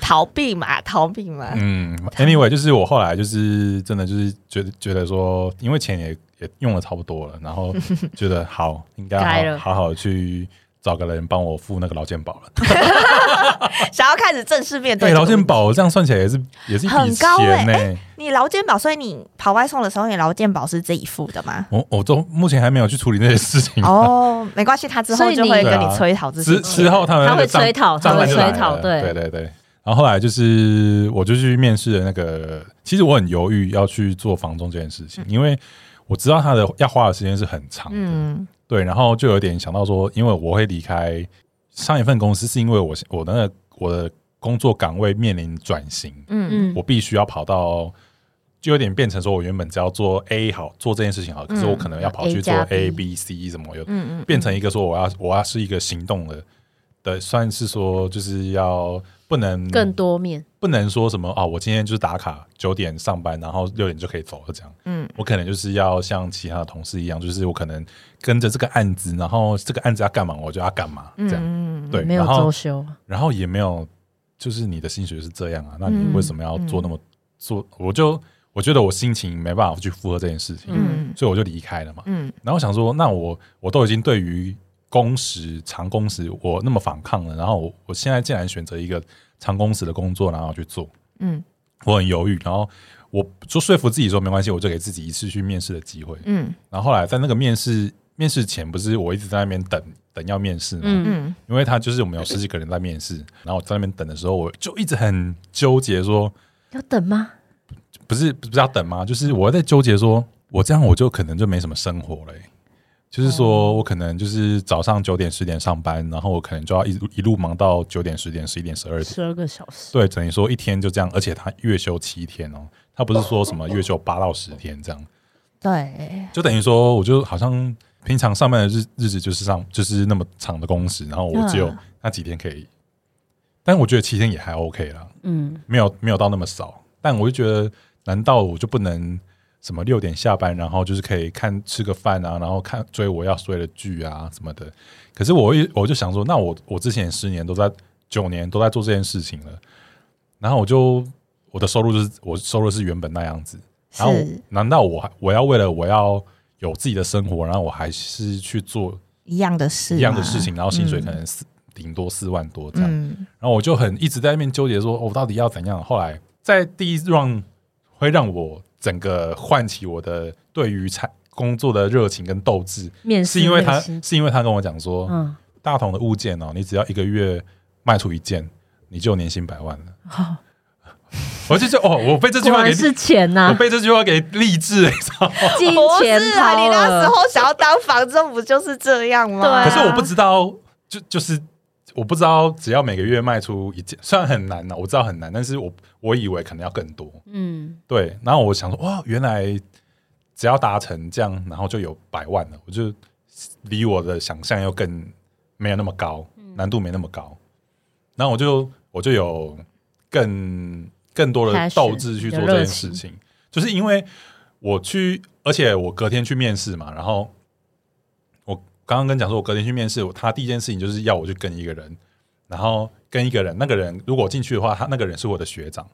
[SPEAKER 2] 逃避嘛，逃避嘛。
[SPEAKER 1] 嗯，anyway，就是我后来就是真的就是觉得觉得说，因为钱也也用的差不多了，然后觉得好应
[SPEAKER 3] 该
[SPEAKER 1] 该
[SPEAKER 3] 了
[SPEAKER 1] 好好好好去找个人帮我付那个劳健保了。
[SPEAKER 2] 想要开始正式面
[SPEAKER 1] 对，
[SPEAKER 2] 对
[SPEAKER 1] 劳健，保这样算起来也是也是一笔
[SPEAKER 2] 很高
[SPEAKER 1] 钱呢、
[SPEAKER 2] 欸你劳健保，所以你跑外送的时候，你劳健保是自己付的吗？
[SPEAKER 1] 我我都目前还没有去处理那些事情。
[SPEAKER 2] 哦，没关系，他之后就会跟
[SPEAKER 1] 所以
[SPEAKER 2] 你
[SPEAKER 1] 你
[SPEAKER 2] 催
[SPEAKER 3] 哦
[SPEAKER 2] 讨这些
[SPEAKER 1] 之
[SPEAKER 2] 钱。
[SPEAKER 1] 之后他们那个
[SPEAKER 3] 他会催讨
[SPEAKER 1] 账
[SPEAKER 3] 他会
[SPEAKER 1] 单就来了
[SPEAKER 3] 催讨对
[SPEAKER 1] 对对对。然后后来就是我就去面试了那个，其实我很犹豫要去做房中这件事
[SPEAKER 3] 嗯
[SPEAKER 1] 情，因为我知道他的要花的时间是很长的。
[SPEAKER 2] 嗯，
[SPEAKER 1] 对，然后就有点想到说，因为我会离开上一份公司，是因为我我的那个我的工作岗位面临转型，
[SPEAKER 2] 嗯
[SPEAKER 3] 嗯
[SPEAKER 1] 我，必须要跑到，就有点变成说我原本只要做 A 好做这件事情好，可是我可能要跑去做
[SPEAKER 3] 嗯 A 加
[SPEAKER 1] A、
[SPEAKER 3] B
[SPEAKER 1] B、C 什么，有
[SPEAKER 2] 嗯嗯，
[SPEAKER 1] 变成一个说我要我要是一个行动的的，算是说就是要不能
[SPEAKER 3] 更多面，
[SPEAKER 1] 不能说什么啊，我今天就是打卡九点上班，然后六点就可以走了这样。
[SPEAKER 2] 嗯，
[SPEAKER 1] 我可能就是要像其他的同事一样，就是我可能跟着这个案子，然后这个案子要干嘛我就要干嘛这样。
[SPEAKER 2] 嗯嗯
[SPEAKER 1] 对，
[SPEAKER 3] 没有
[SPEAKER 1] 然
[SPEAKER 3] 周
[SPEAKER 1] 后
[SPEAKER 3] 休，啊
[SPEAKER 1] 然后也没有，就是你的薪水是这样啊，那
[SPEAKER 2] 嗯
[SPEAKER 1] 你为什么要做那么、做？我就我觉得我心情没办法去负荷这件事情，
[SPEAKER 2] 嗯
[SPEAKER 1] 所以我就离开了嘛。
[SPEAKER 2] 嗯
[SPEAKER 1] 然后想说，那我我都已经对于工时长工时我那么反抗了，然后我我现在竟然选择一个长工时的工作，然后去做，
[SPEAKER 2] 嗯
[SPEAKER 1] 我很犹豫，然后我就说服自己说没关系，我就给自己一次去面试的机会。
[SPEAKER 2] 嗯
[SPEAKER 1] 然后后来在那个面试面试前，不是我一直在那边等等要面试嘛，
[SPEAKER 3] 嗯，
[SPEAKER 2] 嗯
[SPEAKER 1] 因为他就是我们有十几个人在面试，然后我在那边等的时候，我就一直很纠结说，
[SPEAKER 3] 要等吗？
[SPEAKER 1] 不是不是要等吗？就是我在纠结说，我这样我就可能就没什么生活了欸、就是说我可能就是早上九点十点上班，然后我可能就要一路一路忙到九点十点十一点十二点，
[SPEAKER 3] 十二个小时，
[SPEAKER 1] 对，等于说一天就这样，而且他月休七天哦，他不是说什么月休八到十天这样，
[SPEAKER 2] 对，
[SPEAKER 1] 就等于说我就好像平常上班的日日子就是上就是那么长的工时，然后我只有
[SPEAKER 2] 嗯
[SPEAKER 1] 那几天可以，但我觉得七天也还 OK 啦，
[SPEAKER 3] 嗯，
[SPEAKER 1] 没有没有到那么少，但我就觉得，难道我就不能什么六点下班，然后就是可以看吃个饭啊，然后看追我要追的剧啊什么的。可是我一我就想说，那我我之前十年都在九年都在做这件事情了，然后我就我的收入就是我收入是原本那样子，然后
[SPEAKER 2] 是
[SPEAKER 1] 难道我还我要为了我要有自己的生活，然后我还是去做
[SPEAKER 2] 一样的事，
[SPEAKER 1] 一样的事情，，然后薪水可能四顶多四万多这样，
[SPEAKER 2] 嗯，
[SPEAKER 1] 然后我就很一直在那边纠结说，哦我到底要怎样？后来在第一 round 会让我整个唤起我的对于产工作的热情跟斗志，
[SPEAKER 3] 面试
[SPEAKER 1] 是因为他哦
[SPEAKER 3] 面试
[SPEAKER 1] 是因为他跟我讲说，
[SPEAKER 3] 嗯，
[SPEAKER 1] 大同的物件哦，你只要一个月卖出一件，你就年薪百万了。
[SPEAKER 3] 好
[SPEAKER 1] 我就觉得哦，我被这句
[SPEAKER 3] 哦果
[SPEAKER 1] 话给
[SPEAKER 3] 然是钱
[SPEAKER 1] 我
[SPEAKER 3] 呐，
[SPEAKER 1] 被这句话给励志，欸你知道吗？
[SPEAKER 3] 金
[SPEAKER 2] 不
[SPEAKER 3] 钱
[SPEAKER 2] 是啊，
[SPEAKER 3] 抛
[SPEAKER 2] 你那时
[SPEAKER 3] 了。
[SPEAKER 2] 候想要当房仲不就是这样吗？
[SPEAKER 3] 对啊
[SPEAKER 1] 可是我不知道，就就是我不知道，只要每个月卖出一件，虽然很难呢、啊我知道很难，但是我我以为可能要更多。
[SPEAKER 3] 嗯，
[SPEAKER 1] 对，然后我想说，哇，原来只要达成这样，然后就有百万了，我就离我的想象又更没有那么高，难度没那么高。然后我就我就有更更多的
[SPEAKER 3] Passion，
[SPEAKER 1] 斗志去做
[SPEAKER 3] 有
[SPEAKER 1] 这
[SPEAKER 3] 热
[SPEAKER 1] 件
[SPEAKER 3] 情
[SPEAKER 1] 事情，就是因为我去，而且我隔天去面试嘛，然后我刚刚跟你讲说，我隔天去面试，我他第一件事情就是要我去跟一个人，然后跟一个人，那个人如果我进去的话，他那个人是我的学长，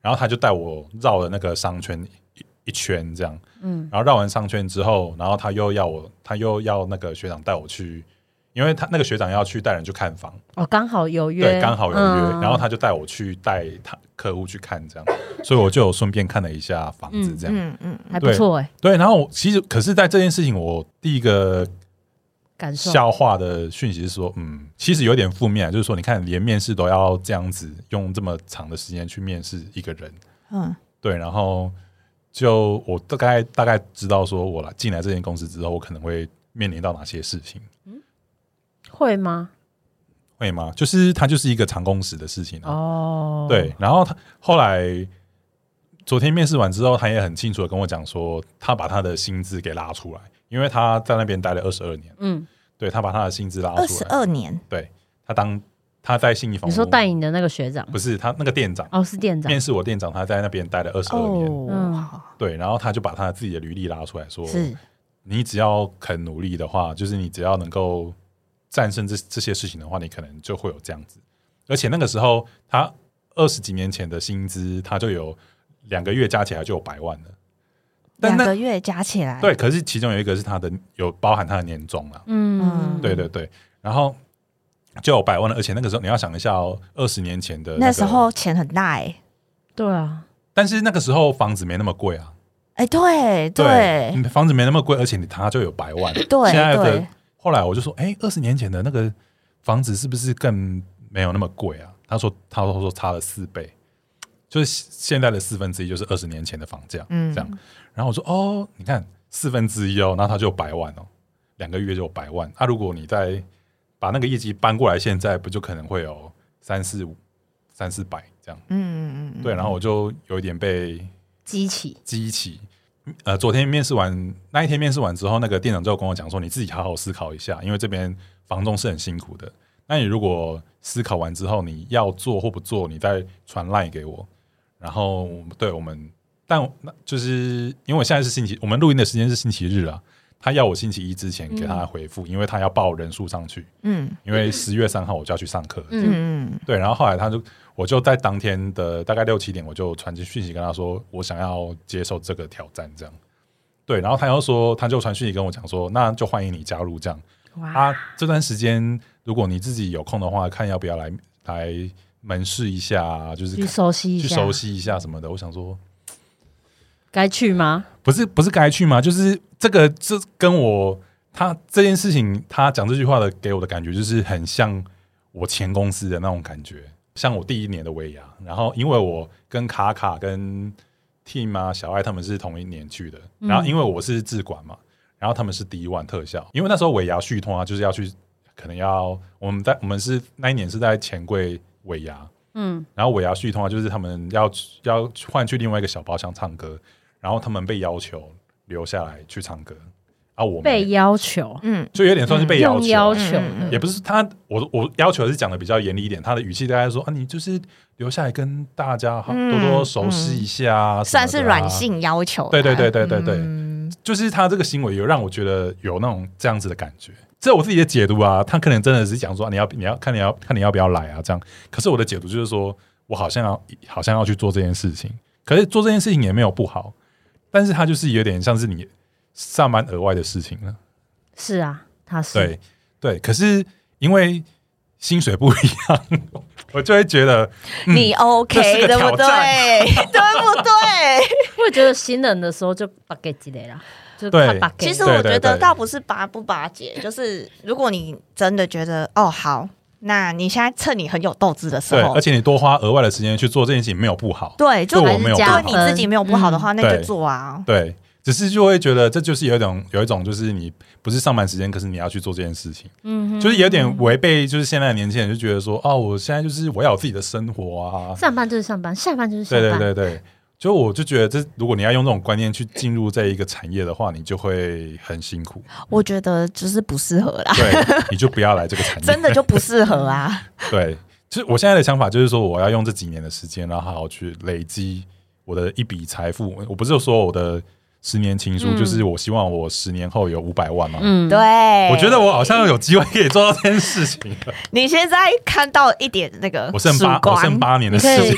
[SPEAKER 1] 然后他就带我绕了那个商圈一一圈这样，嗯，然后绕完商圈之后，然后他又要我，他又要那个学长带我去，因为他那个学长要去带人去看房，
[SPEAKER 3] 哦，刚好有约，
[SPEAKER 1] 对，刚好有约，
[SPEAKER 3] 嗯
[SPEAKER 1] 然后他就带我去带他客户去看这样，所以我就有顺便看了一下房子这样，
[SPEAKER 2] 嗯嗯，
[SPEAKER 3] 还不错哎，
[SPEAKER 1] 对，然后我其实可是，在这件事情我第一个
[SPEAKER 3] 感受
[SPEAKER 1] 消化的讯息是说，嗯，其实有点负面啊，就是说，你看，连面试都要这样子用这么长的时间去面试一个人，
[SPEAKER 2] 嗯，
[SPEAKER 1] 对，然后就我大概大概知道，说我来进来这间公司之后，我可能会面临到哪些事情，
[SPEAKER 3] 会吗？
[SPEAKER 1] 会吗？就是它就是一个长工时的事情啊，
[SPEAKER 3] 哦，
[SPEAKER 1] 对，，然后他后来昨天面试完之后，他也很清楚的跟我讲说，他把他的薪资给拉出来，因为他在那边待了二十二年，
[SPEAKER 3] 嗯，
[SPEAKER 1] 对他把他的薪资拉
[SPEAKER 2] 二
[SPEAKER 1] 出
[SPEAKER 2] 十
[SPEAKER 1] 来，
[SPEAKER 2] 二年，
[SPEAKER 1] 他当他在信义房
[SPEAKER 3] 你
[SPEAKER 1] 屋，
[SPEAKER 3] 说带你的那个学长，
[SPEAKER 1] 不是他那个店长。
[SPEAKER 3] 哦，是店长
[SPEAKER 1] 面，试我店长，他在那边待了二十二年，
[SPEAKER 3] 嗯
[SPEAKER 2] 哦，
[SPEAKER 1] 对，然后他就把他自己的履历拉出来说，
[SPEAKER 2] 是
[SPEAKER 1] 你只要肯努力的话，就是你只要能够战胜这这些事情的话，你可能就会有这样子。而且那个时候，他二十几年前的薪资，他就有两个月加起来就有百万了。但
[SPEAKER 2] 两
[SPEAKER 1] 那
[SPEAKER 2] 个月加起来，
[SPEAKER 1] 对，可是其中有一个是他的有包含他的年终了，
[SPEAKER 3] 嗯，
[SPEAKER 1] 对对对，然后就有百万了。而且那个时候你要想一下哦，二十年前的、
[SPEAKER 2] 那时，候钱很大哎、
[SPEAKER 3] 对啊，
[SPEAKER 1] 但是那个时候房子没那么贵啊，
[SPEAKER 2] 哎、对
[SPEAKER 1] 对
[SPEAKER 2] 对，
[SPEAKER 1] 嗯房子没那么贵，而且你他就有百万，
[SPEAKER 2] 对
[SPEAKER 1] 现在的
[SPEAKER 2] 对
[SPEAKER 1] 后来我就说，哎、2二十年前的那个房子是不是更没有那么贵啊？他说，他说说差了四倍，就是现在的四分之一，就是二十年前的房价，
[SPEAKER 2] 嗯
[SPEAKER 1] 这样。然后我说，哦，你看四分之一哦，那他就有百万哦，两个月就有百万。那、如果你再把那个业绩搬过来，现在不就可能会有三四五、三四百这样？
[SPEAKER 2] 嗯嗯嗯，
[SPEAKER 1] 对，然后我就有一点被
[SPEAKER 3] 激起，
[SPEAKER 1] 激起。呃，昨天面试完那一天面试完之后，那个店长就跟我讲说，你自己好好思考一下，因为这边房东是很辛苦的。那你如果思考完之后，你要做或不做，你再传赖给我。然后，对我们，但那就是因为我现在是星期，我们录音的时间是星期日啊。他要我星期一之前给他回复，因为他要报人数上去，
[SPEAKER 2] 嗯
[SPEAKER 1] 因为十月三号我就要去上课。
[SPEAKER 3] 嗯
[SPEAKER 2] 嗯
[SPEAKER 1] 对，然后后来他就，我就在当天的大概六七点，我就传讯息跟他说，我想要接受这个挑战，这样。对，然后他又说，他就传讯息跟我讲说，那就欢迎你加入这样。
[SPEAKER 3] 哇，
[SPEAKER 1] 啊，这段时间如果你自己有空的话，看要不要来来门市一下啊，就是
[SPEAKER 3] 去
[SPEAKER 1] 看
[SPEAKER 3] 熟悉一
[SPEAKER 1] 去
[SPEAKER 3] 下，
[SPEAKER 1] 熟悉一下什么的。我想说，
[SPEAKER 3] 该去吗？
[SPEAKER 1] 不是不是该去吗？就是这个这跟我他这件事情，他讲这句话的给我的感觉就是很像我前公司的那种感觉，像我第一年的尾牙，然后因为我跟卡卡跟 Team 啊小爱他们是同一年去的，
[SPEAKER 3] 嗯
[SPEAKER 1] 然后因为我是制管嘛，然后他们是第一万特效，因为那时候尾牙续通啊，就是要去可能要我们在我们是那一年是在钱柜尾牙，
[SPEAKER 3] 嗯，
[SPEAKER 1] 然后尾牙续通啊，就是他们要要换去另外一个小包厢唱歌，然后他们被要求留下来去唱歌，啊，我
[SPEAKER 3] 被
[SPEAKER 1] 们
[SPEAKER 3] 要求，
[SPEAKER 2] 嗯，
[SPEAKER 1] 就有点算是被要
[SPEAKER 3] 用
[SPEAKER 1] 求，啊嗯
[SPEAKER 3] 要
[SPEAKER 2] 求
[SPEAKER 3] 求的
[SPEAKER 1] 也不是他，我我要求是讲的比较严厉一点，他的语气大概说啊，你就是留下来跟大家好
[SPEAKER 2] 嗯
[SPEAKER 1] 多多熟悉一下啊、什么的啊
[SPEAKER 2] 算是软，性要求啦。
[SPEAKER 1] 对对对对对对
[SPEAKER 2] 嗯
[SPEAKER 1] 就是他这个行为有让我觉得有那种这样子的感觉，这我自己的解读啊，他可能真的是讲说、啊你要你要看你要看你要不要来啊这样，可是我的解读就是说我好像要好像要去做这件事情，可是做这件事情也没有不好，但是他就是有点像是你上班额外的事情了。
[SPEAKER 3] 是啊，他是
[SPEAKER 1] 对对，可是因为薪水不一样， 我就会觉得嗯
[SPEAKER 2] 你 OK
[SPEAKER 1] 这是个
[SPEAKER 2] 对
[SPEAKER 1] 挑
[SPEAKER 2] 不
[SPEAKER 1] 战
[SPEAKER 2] 对？ 对不对？
[SPEAKER 3] 我也觉得新人的时候就把给积累了，就是
[SPEAKER 1] 对
[SPEAKER 3] 他把给。
[SPEAKER 2] 其实我觉
[SPEAKER 1] 对对
[SPEAKER 2] 得
[SPEAKER 1] 对
[SPEAKER 2] 倒不是拔不拔节，就是如果你真的觉得哦好，那你现在趁你很有斗志的时
[SPEAKER 1] 对，
[SPEAKER 2] 候
[SPEAKER 1] 而，且你多花额外的时间去做这件事情没有不好，
[SPEAKER 2] 对，就
[SPEAKER 1] 对
[SPEAKER 2] 如
[SPEAKER 1] 我没有
[SPEAKER 2] 果
[SPEAKER 1] 办嗯
[SPEAKER 3] 法
[SPEAKER 2] 你自己没有不好的话，那
[SPEAKER 1] 对
[SPEAKER 2] 就做啊。
[SPEAKER 1] 对，只是就会觉得这就是有一种有一种就是你不是上班时间，可是你要去做这件事情，
[SPEAKER 3] 嗯哼，
[SPEAKER 1] 就是有点违背，就是现在的年轻人就觉得说哦，我现在就是我要有自己的生活啊，
[SPEAKER 3] 上班就是上班，下班就是下
[SPEAKER 1] 对
[SPEAKER 3] 班。
[SPEAKER 1] 对对对。就我就觉得这，如果你要用这种观念去进入这一个产业的话，你就会很辛 苦，
[SPEAKER 2] 我觉得就是不适合啦，
[SPEAKER 1] 对，你就不要来这个产业。
[SPEAKER 2] 真的就不适 合啊。
[SPEAKER 1] 对，其实我现在的想法就是说，我要用这几年的时间，然后好好去累积我的一笔财富。我不是说我的十年情书，
[SPEAKER 3] 嗯
[SPEAKER 1] 就是我希望我十年后有五百万嘛。
[SPEAKER 3] 嗯，
[SPEAKER 2] 对，
[SPEAKER 1] 我觉得我好像有机会可以做到这件事情了。
[SPEAKER 2] 你现在看到一点那个
[SPEAKER 1] 我剩八
[SPEAKER 2] 曙，光
[SPEAKER 1] 我剩八年的时
[SPEAKER 3] 你可
[SPEAKER 1] 间
[SPEAKER 3] 以
[SPEAKER 2] 曙，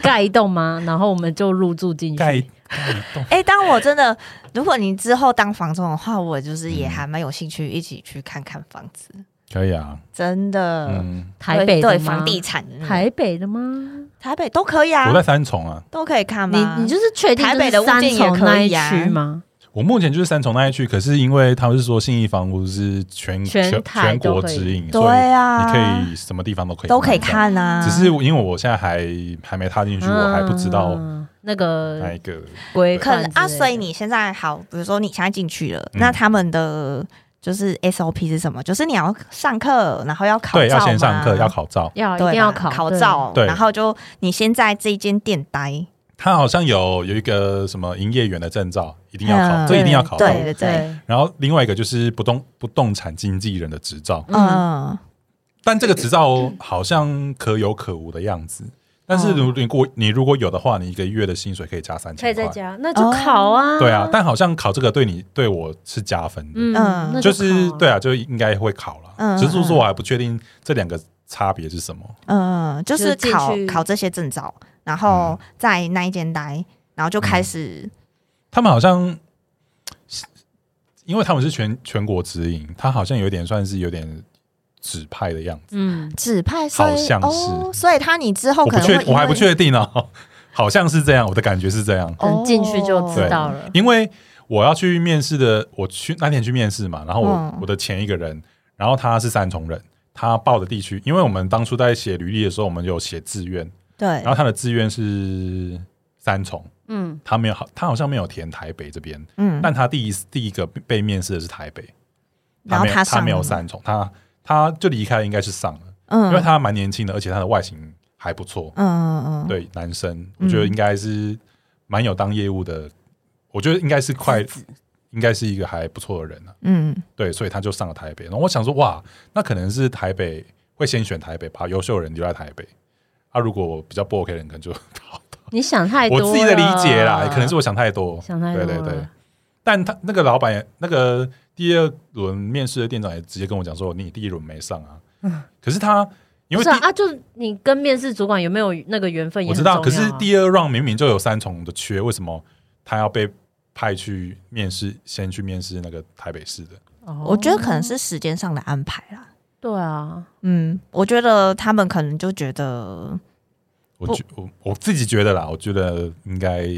[SPEAKER 3] 盖一栋吗？然后我们就入住进去。
[SPEAKER 1] 盖盖一栋。
[SPEAKER 2] 哎、当我真的，如果你之后当房东的话，我就是
[SPEAKER 1] 嗯
[SPEAKER 2] 也还蛮有兴趣一起去看看房子，
[SPEAKER 1] 可以啊，
[SPEAKER 2] 真的。
[SPEAKER 1] 嗯，
[SPEAKER 3] 台北的
[SPEAKER 2] 对对
[SPEAKER 3] 吗
[SPEAKER 2] 房地产的那种
[SPEAKER 3] 台北的吗？
[SPEAKER 2] 台北都可以啊
[SPEAKER 1] 我，在三重啊，
[SPEAKER 2] 都可以看
[SPEAKER 3] 你
[SPEAKER 2] 吗？
[SPEAKER 3] 你就是确定
[SPEAKER 2] 台北的
[SPEAKER 3] 就是三
[SPEAKER 2] 物件也
[SPEAKER 3] 重
[SPEAKER 2] 可
[SPEAKER 3] 那
[SPEAKER 2] 以
[SPEAKER 3] 一
[SPEAKER 2] 啊
[SPEAKER 3] 区吗？
[SPEAKER 1] 我目前就是三重那一区，可是因为他们是说信义房屋是全
[SPEAKER 3] 全台
[SPEAKER 1] 全国
[SPEAKER 3] 都可以
[SPEAKER 1] 指引，所以
[SPEAKER 2] 对啊，
[SPEAKER 1] 你可以什么地方都可以
[SPEAKER 2] 都可以
[SPEAKER 1] 看这样
[SPEAKER 2] 看啊，
[SPEAKER 1] 只是因为我现在还还没踏进去，我还不知道哎
[SPEAKER 3] 嗯那
[SPEAKER 1] 那
[SPEAKER 3] 个
[SPEAKER 1] 一个。
[SPEAKER 3] 规
[SPEAKER 2] 可
[SPEAKER 3] 范
[SPEAKER 2] 能
[SPEAKER 3] 之类的
[SPEAKER 2] 啊，所以你现在好，比如说你现在进去了，
[SPEAKER 1] 嗯
[SPEAKER 2] 那他们的就是 SOP 是什么？就是你要上课，然后要考照
[SPEAKER 1] 对，要先
[SPEAKER 2] 吗
[SPEAKER 1] 上课，要考照。
[SPEAKER 3] 要一
[SPEAKER 2] 对吧
[SPEAKER 3] 定要考
[SPEAKER 2] 考
[SPEAKER 3] 对
[SPEAKER 2] 照，
[SPEAKER 1] 对
[SPEAKER 2] 然后就你先在这一间店待，
[SPEAKER 1] 他好像有有一个什么营业员的证照，一定要考，
[SPEAKER 2] 嗯
[SPEAKER 1] 这一定要考到。
[SPEAKER 2] 对对对，
[SPEAKER 1] 然后另外一个就是不动不动产经纪人的执照，
[SPEAKER 3] 嗯，
[SPEAKER 2] 嗯，
[SPEAKER 1] 但这个执照好像可有可无的样子。但是如如果你如果有的话，你一个月的薪水可以加三
[SPEAKER 3] 可
[SPEAKER 1] 千
[SPEAKER 3] 以在
[SPEAKER 1] 块。
[SPEAKER 2] 哦
[SPEAKER 3] 家，那就考啊。
[SPEAKER 1] 对啊，但好像考这个对你对我是加分的，
[SPEAKER 3] 嗯，
[SPEAKER 2] 嗯
[SPEAKER 3] 那
[SPEAKER 1] 就是
[SPEAKER 3] 考啊
[SPEAKER 1] 对啊，就应该会考了。
[SPEAKER 2] 嗯
[SPEAKER 1] 只是说我还不确定这两个差别是什么。
[SPEAKER 2] 嗯，就是
[SPEAKER 3] 就进
[SPEAKER 2] 考
[SPEAKER 3] 去
[SPEAKER 2] 考这些证照，然
[SPEAKER 1] 嗯
[SPEAKER 2] 后在那一间待，然后就开始，
[SPEAKER 1] 他们好像，因为他们是全全国直营，他好像有点算是有点指派的样子，
[SPEAKER 3] 嗯，
[SPEAKER 2] 指派，所以
[SPEAKER 1] 好像是
[SPEAKER 2] 哦，所以他你之后
[SPEAKER 1] 我
[SPEAKER 2] 可
[SPEAKER 1] 不
[SPEAKER 2] 能会
[SPEAKER 1] 确，
[SPEAKER 2] 因为
[SPEAKER 1] 我还不确定哦， 好像是这样，我的感觉是这样，
[SPEAKER 2] 哦
[SPEAKER 3] 可能进去就知道了。
[SPEAKER 1] 因为我要去面试的，我去那天去面试嘛，然后我、
[SPEAKER 2] 嗯
[SPEAKER 1] 我的前一个人，然后他是三重人。他报的地区，因为我们当初在写履历的时候，我们有写志愿，
[SPEAKER 2] 对
[SPEAKER 1] 然，后他的志愿是三重，
[SPEAKER 3] 嗯，
[SPEAKER 1] 他没有好，他好像没有填台北这边，
[SPEAKER 2] 嗯，
[SPEAKER 1] 但他第一第一个被面试的是台北，
[SPEAKER 2] 然后
[SPEAKER 1] 没有
[SPEAKER 2] 他上
[SPEAKER 1] 他没有
[SPEAKER 2] 了吗
[SPEAKER 1] 三重，他他就离开了，应该是上了，
[SPEAKER 2] 嗯
[SPEAKER 1] 因为他蛮年轻的，而且他的外形还不错，
[SPEAKER 2] 嗯嗯嗯，
[SPEAKER 1] 对男生，我觉得应该是蛮有当业务的，我觉得应该是快，应该是一个还不错的人啊，
[SPEAKER 2] 嗯
[SPEAKER 1] 对，所以他就上了台北，然后我想说，哇，那可能是台北会先选台北，把优秀的人留在台北。啊，如果比较不 OK 的人，可能就跑。
[SPEAKER 3] 你想太多
[SPEAKER 1] 我
[SPEAKER 3] 了，
[SPEAKER 1] 自己的理解啦，可能是我想太多，
[SPEAKER 3] 想太多
[SPEAKER 1] 对
[SPEAKER 3] 了。
[SPEAKER 1] 对对，但他那个老板也，那个第二轮面试的店长也直接跟我讲说，你第一轮没上啊。可是他因
[SPEAKER 3] 嗯不
[SPEAKER 1] 为
[SPEAKER 3] 是
[SPEAKER 1] 第、
[SPEAKER 3] 啊，啊就是你跟面试主管有没有那个缘分也
[SPEAKER 1] 我
[SPEAKER 3] 很
[SPEAKER 1] 知
[SPEAKER 3] 重要
[SPEAKER 1] 道，
[SPEAKER 3] 啊。
[SPEAKER 1] 可是第二 round 明明就有三重的缺，为什么他要被派去面试，先去面试那个台北市的？
[SPEAKER 3] 哦，
[SPEAKER 2] 我觉得可能是时间上的安排啦。
[SPEAKER 3] 对啊，
[SPEAKER 2] 嗯，我觉得他们可能就觉得，
[SPEAKER 1] 我
[SPEAKER 2] 不
[SPEAKER 1] 觉我我自己觉得啦，我觉得应该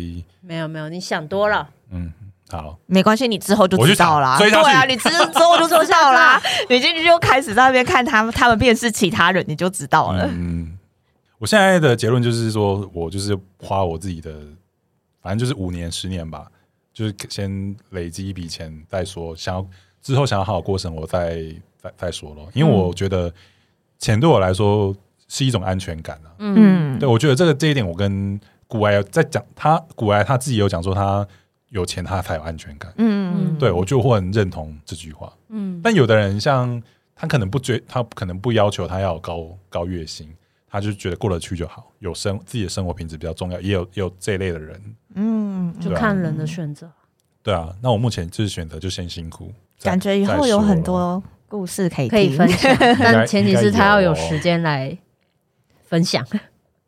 [SPEAKER 3] 没有没有，你想多了。
[SPEAKER 1] 嗯好，
[SPEAKER 2] 没关系，你之后就
[SPEAKER 1] 我去
[SPEAKER 2] 知道啦。
[SPEAKER 1] 查追下
[SPEAKER 2] 对
[SPEAKER 1] 去
[SPEAKER 2] 啊，你之之后就知 道啦。你进去就开始在那边看他们，他们面试其他人，你就知道了。
[SPEAKER 1] 嗯，我现在的结论就是说，我就是花我自己的，反正就是五年、十年吧，就是先累积一笔钱再说，想要之后想要好好过生活再再再说咯。
[SPEAKER 3] 嗯
[SPEAKER 1] 因为我觉得钱对我来说是一种安全感啊。
[SPEAKER 3] 嗯
[SPEAKER 2] 嗯，
[SPEAKER 1] 对，我觉得这个这一点，我跟古埃有在讲，他古埃他自己有讲说，他有钱他才有安全感。
[SPEAKER 2] 嗯
[SPEAKER 3] 嗯
[SPEAKER 1] 对我就会很认同这句话。
[SPEAKER 3] 嗯，
[SPEAKER 1] 但有的人像他可能不追，他可能不要求他要有高高月薪，他就觉得过得去就好，有生自己的生活品质比较重要。也有也有这一类的人，
[SPEAKER 2] 嗯，
[SPEAKER 3] 就
[SPEAKER 1] 对啊
[SPEAKER 3] 看人的选择。
[SPEAKER 1] 对啊。那我目前就是选择就先辛苦，再
[SPEAKER 2] 感觉以后
[SPEAKER 1] 再
[SPEAKER 2] 有
[SPEAKER 1] 说
[SPEAKER 2] 很
[SPEAKER 1] 了
[SPEAKER 2] 多故事可以
[SPEAKER 3] 可以
[SPEAKER 2] 听
[SPEAKER 3] 分享，但前提是他要有
[SPEAKER 1] 应该有哦
[SPEAKER 3] 时间来分享。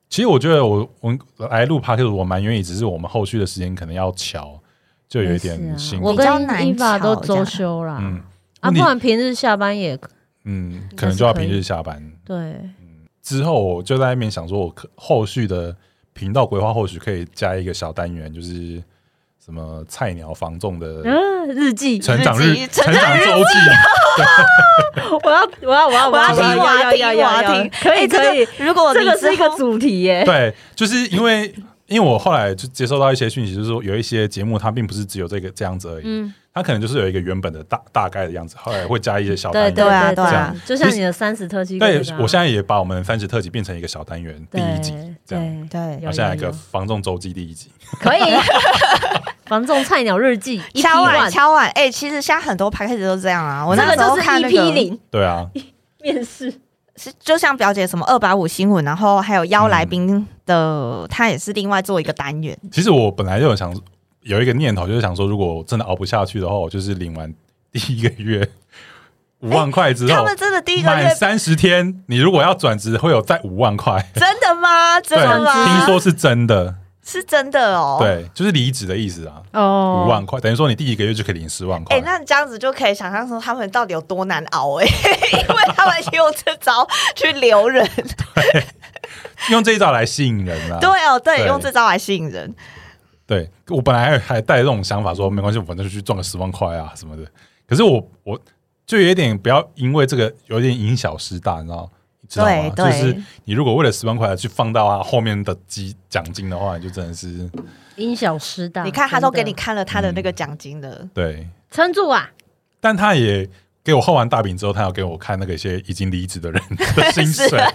[SPEAKER 1] 其实我觉得我我来录 p o d c a s 我蛮愿意，只是我们后续的时间可能要瞧，就有一点
[SPEAKER 3] 是
[SPEAKER 1] 辛
[SPEAKER 3] 啊，
[SPEAKER 1] 苦。
[SPEAKER 3] 我
[SPEAKER 2] 比较
[SPEAKER 3] 跟
[SPEAKER 2] 难
[SPEAKER 3] 伊爸都
[SPEAKER 2] 吵
[SPEAKER 3] 周休啦，
[SPEAKER 1] 嗯
[SPEAKER 3] 啊，
[SPEAKER 1] 问
[SPEAKER 3] 不
[SPEAKER 1] 题
[SPEAKER 3] 然平日下班也
[SPEAKER 1] 嗯，
[SPEAKER 3] 该
[SPEAKER 1] 可能
[SPEAKER 3] 是
[SPEAKER 1] 就要
[SPEAKER 3] 可
[SPEAKER 1] 平
[SPEAKER 3] 以
[SPEAKER 1] 日下班
[SPEAKER 3] 对，
[SPEAKER 1] 之后，我就在那边想说，我可后续的频道规划或许可以加一个小单元，就是什么菜鸟防重的
[SPEAKER 3] 嗯，日记，
[SPEAKER 1] 成长
[SPEAKER 2] 日
[SPEAKER 1] 日、
[SPEAKER 2] 记
[SPEAKER 1] 成长周记，
[SPEAKER 3] 我要，我要，我要，
[SPEAKER 2] 我要听，
[SPEAKER 3] 要，
[SPEAKER 2] 我要
[SPEAKER 3] 要，
[SPEAKER 2] 听，
[SPEAKER 3] 要，
[SPEAKER 2] 我
[SPEAKER 3] 要，
[SPEAKER 2] 要
[SPEAKER 3] 要
[SPEAKER 2] 听，
[SPEAKER 3] 可以，
[SPEAKER 2] 哎
[SPEAKER 3] 可
[SPEAKER 2] 这
[SPEAKER 3] 以，。
[SPEAKER 2] 个如果
[SPEAKER 3] 这
[SPEAKER 2] 你
[SPEAKER 3] 个
[SPEAKER 2] 之
[SPEAKER 3] 是一个
[SPEAKER 2] 后
[SPEAKER 3] 主题 耶。
[SPEAKER 1] 对，就是因为。因为我后来就接收到一些讯息，就是说有一些节目它并不是只有这个这样子而已，
[SPEAKER 3] 嗯，
[SPEAKER 1] 它可能就是有一个原本的大大概的样子，后来会加一些小单
[SPEAKER 3] 对
[SPEAKER 1] 元。
[SPEAKER 2] 啊
[SPEAKER 3] 对
[SPEAKER 2] 对啊，
[SPEAKER 3] 就像你的三十特辑跟
[SPEAKER 1] 对
[SPEAKER 3] 那个啊，，
[SPEAKER 1] 我现在也把我们三十特辑变成一个小单元，第
[SPEAKER 3] 对
[SPEAKER 1] 一集这样，
[SPEAKER 3] 对，
[SPEAKER 2] 对
[SPEAKER 3] 有
[SPEAKER 1] 然后下来
[SPEAKER 3] 有
[SPEAKER 1] 一个
[SPEAKER 3] 有
[SPEAKER 1] 防重周记第一集，
[SPEAKER 3] 可 以。防重菜鸟日记一 P
[SPEAKER 2] 敲碗
[SPEAKER 3] one，
[SPEAKER 2] 敲碗，哎、其实现在很多 p a c k a g e 都这样啊。我
[SPEAKER 3] 啊这
[SPEAKER 2] 那
[SPEAKER 3] 个
[SPEAKER 2] 时候
[SPEAKER 3] 就是
[SPEAKER 2] 看
[SPEAKER 3] 一
[SPEAKER 2] 那
[SPEAKER 3] P
[SPEAKER 2] 个，
[SPEAKER 3] 零
[SPEAKER 1] 对啊，
[SPEAKER 3] 面试。
[SPEAKER 2] 是就像表姐什么二百五新闻，然后还有邀
[SPEAKER 1] 嗯
[SPEAKER 2] 来宾的，他也是另外做一个单元。
[SPEAKER 1] 其实我本来就有想有一个念头，就是想说，如果我真的熬不下去的话，我就是领完第一个月五万块之
[SPEAKER 2] 哎他
[SPEAKER 1] 后，
[SPEAKER 2] 们真的第一个
[SPEAKER 1] 满
[SPEAKER 2] 月
[SPEAKER 1] 三十天，你如果要转职，会有再五万块。
[SPEAKER 2] 真的吗？真
[SPEAKER 1] 对，
[SPEAKER 2] 的吗？
[SPEAKER 1] 听说是真的，
[SPEAKER 2] 是真的哦。。
[SPEAKER 1] 对，就是离职的意思啊，
[SPEAKER 3] 哦
[SPEAKER 1] 五万块，等于说你第一个月就可以领十万
[SPEAKER 2] 哎、
[SPEAKER 1] 块。
[SPEAKER 2] 那这样子就可以想象说他们到底有多难熬 哎、因为他们用这招去留人。
[SPEAKER 1] 用这一招来吸引人啊。
[SPEAKER 2] 对哦，对，
[SPEAKER 1] 对
[SPEAKER 2] 用这招来吸引人。
[SPEAKER 1] 对我本来还还带这种想法说，没关系，我反正就去赚个十万块啊什么的。可是我我就有一点不要因为这个有点因小失大，你知道你知道吗？
[SPEAKER 2] 对
[SPEAKER 1] 就
[SPEAKER 2] 对
[SPEAKER 1] 是你如果为了十万块去放到啊后面的积奖金的话，你就真的是
[SPEAKER 3] 因小失大。
[SPEAKER 2] 你看，他都给你
[SPEAKER 3] 真的
[SPEAKER 2] 看了他的那个奖金了。
[SPEAKER 1] 对。
[SPEAKER 3] 撑住啊！
[SPEAKER 1] 但他也给我画完大饼之后，他要给我看那个一些已经离职的人 的薪
[SPEAKER 2] 是啊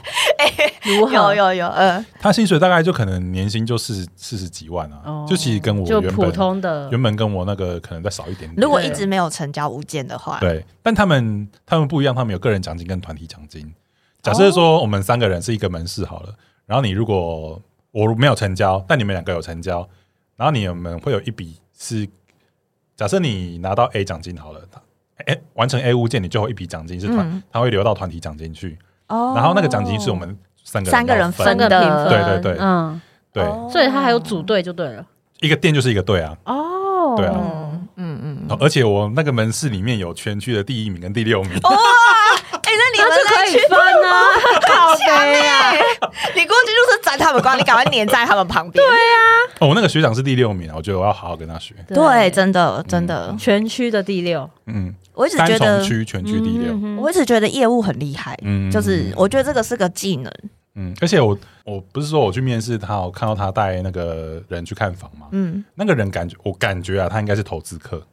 [SPEAKER 1] 水，
[SPEAKER 3] 如何？
[SPEAKER 2] 有有有，呃，
[SPEAKER 1] 他薪水大概就可能年薪就四十四十几万啊，
[SPEAKER 3] 哦
[SPEAKER 1] 就其实跟我
[SPEAKER 3] 就
[SPEAKER 1] 原
[SPEAKER 3] 普
[SPEAKER 1] 本
[SPEAKER 3] 通的
[SPEAKER 1] 原本跟我那个可能再少一点点。
[SPEAKER 2] 如果一
[SPEAKER 3] 对
[SPEAKER 2] 直没有成交物件的话，
[SPEAKER 1] 对，但他们他们不一样，他们有个人奖金跟团体奖金。假设
[SPEAKER 2] 哦
[SPEAKER 1] 说我们三个人是一个门市好了，然后你如果我没有成交，但你们两个有成交，然后你们会有一笔是，假设你拿到 A 奖金好了，哎，完成 A 物件，你就会有一笔奖金是团，
[SPEAKER 2] 嗯
[SPEAKER 1] 它会流到团体奖金去，
[SPEAKER 2] 哦
[SPEAKER 1] 然后那个奖金是我们三个
[SPEAKER 2] 三个
[SPEAKER 1] 要
[SPEAKER 2] 人
[SPEAKER 1] 分
[SPEAKER 2] 分
[SPEAKER 3] 三个
[SPEAKER 2] 的
[SPEAKER 3] 评分，
[SPEAKER 1] 对对对
[SPEAKER 3] 嗯，
[SPEAKER 1] 对，
[SPEAKER 2] 哦
[SPEAKER 3] 所以他还有组队就对了。
[SPEAKER 1] 一个店就是一个队啊，
[SPEAKER 3] 哦，
[SPEAKER 1] 对啊
[SPEAKER 2] 嗯嗯嗯，
[SPEAKER 1] 而且我那个门市里面有全区的第一名跟第六名，
[SPEAKER 2] 哦哎，那你们
[SPEAKER 3] 那就可
[SPEAKER 2] 那
[SPEAKER 3] 以
[SPEAKER 2] 去欸
[SPEAKER 3] 分啊，好肥啊！
[SPEAKER 2] 你过去就是沾他们光，你赶快粘在他们旁边。
[SPEAKER 1] 哦，我那个学长是第六名啊，我觉得我要好好跟他学，
[SPEAKER 2] 对，真的真的，
[SPEAKER 3] 全区的第六，
[SPEAKER 1] 嗯，
[SPEAKER 2] 我一直
[SPEAKER 1] 三
[SPEAKER 2] 觉
[SPEAKER 1] 重
[SPEAKER 2] 得，
[SPEAKER 1] 区全区第六。
[SPEAKER 3] 嗯哼
[SPEAKER 2] 我一直觉得业务很厉害，
[SPEAKER 1] 嗯
[SPEAKER 2] 就是我觉得这个是个技能。
[SPEAKER 1] 嗯，而且我我不是说我去面试他，我看到他带那个人去看房嘛，
[SPEAKER 2] 嗯，
[SPEAKER 1] 那个人感觉我感觉啊，他应该是投资客，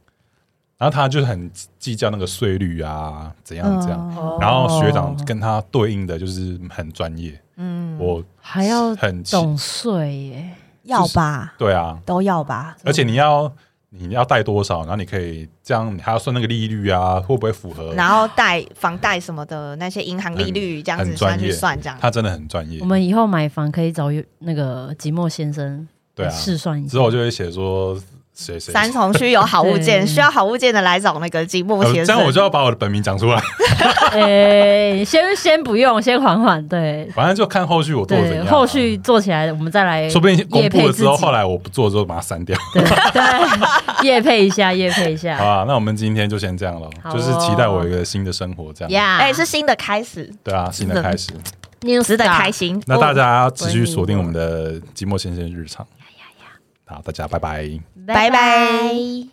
[SPEAKER 1] 然后他就是很计较那个税率啊，怎样怎样，
[SPEAKER 2] 嗯
[SPEAKER 1] 然后学长跟他对应的就是很专业，
[SPEAKER 2] 嗯，
[SPEAKER 1] 我
[SPEAKER 3] 还要
[SPEAKER 1] 很气
[SPEAKER 3] 懂税耶，
[SPEAKER 2] 要吧，
[SPEAKER 1] 对啊，
[SPEAKER 2] 都要吧。
[SPEAKER 1] 而且你要你要贷多少，然后你可以这样，你还要算那个利率啊，会不会符合？
[SPEAKER 2] 嗯然后贷房贷什么的那些银行利率这样
[SPEAKER 1] 很
[SPEAKER 2] 子
[SPEAKER 1] 专
[SPEAKER 2] 下去
[SPEAKER 1] 业
[SPEAKER 2] 算，这样
[SPEAKER 1] 他真的很专业
[SPEAKER 3] 我，们以后买房可以找那个寂寞先生
[SPEAKER 1] 对啊，
[SPEAKER 3] 试算一下
[SPEAKER 1] 之。后就会写说谁谁
[SPEAKER 2] 三重区有好物件，
[SPEAKER 3] 对
[SPEAKER 2] 需要好物件的来找那个吉木
[SPEAKER 1] 呃
[SPEAKER 2] 先生。
[SPEAKER 1] 这样我就要把我的本名讲出来。
[SPEAKER 3] 哎，先先不用，先缓缓，对
[SPEAKER 1] 反正就看后续我做的怎
[SPEAKER 3] 对，
[SPEAKER 1] 样、啊
[SPEAKER 3] 后，续做起来我们再来，
[SPEAKER 1] 说不定公布了之
[SPEAKER 3] 业配自
[SPEAKER 1] 后，
[SPEAKER 3] 己
[SPEAKER 1] 后来我不做之后把它删掉。
[SPEAKER 3] 对 对， 夜配一下，夜配一
[SPEAKER 1] 好
[SPEAKER 3] 下，
[SPEAKER 1] 啊，那我们今天就先这样了，
[SPEAKER 3] 好哦
[SPEAKER 1] 就是期待我一个新的生活这样。
[SPEAKER 3] 呀，
[SPEAKER 2] 哎、是新的开始，
[SPEAKER 1] 对啊，新的开始，
[SPEAKER 2] 值得开心。哦
[SPEAKER 1] 那大
[SPEAKER 3] 哦
[SPEAKER 1] 家持续锁定我们的寂寞先生日常。好，大家拜拜。
[SPEAKER 2] 拜拜。
[SPEAKER 3] 拜拜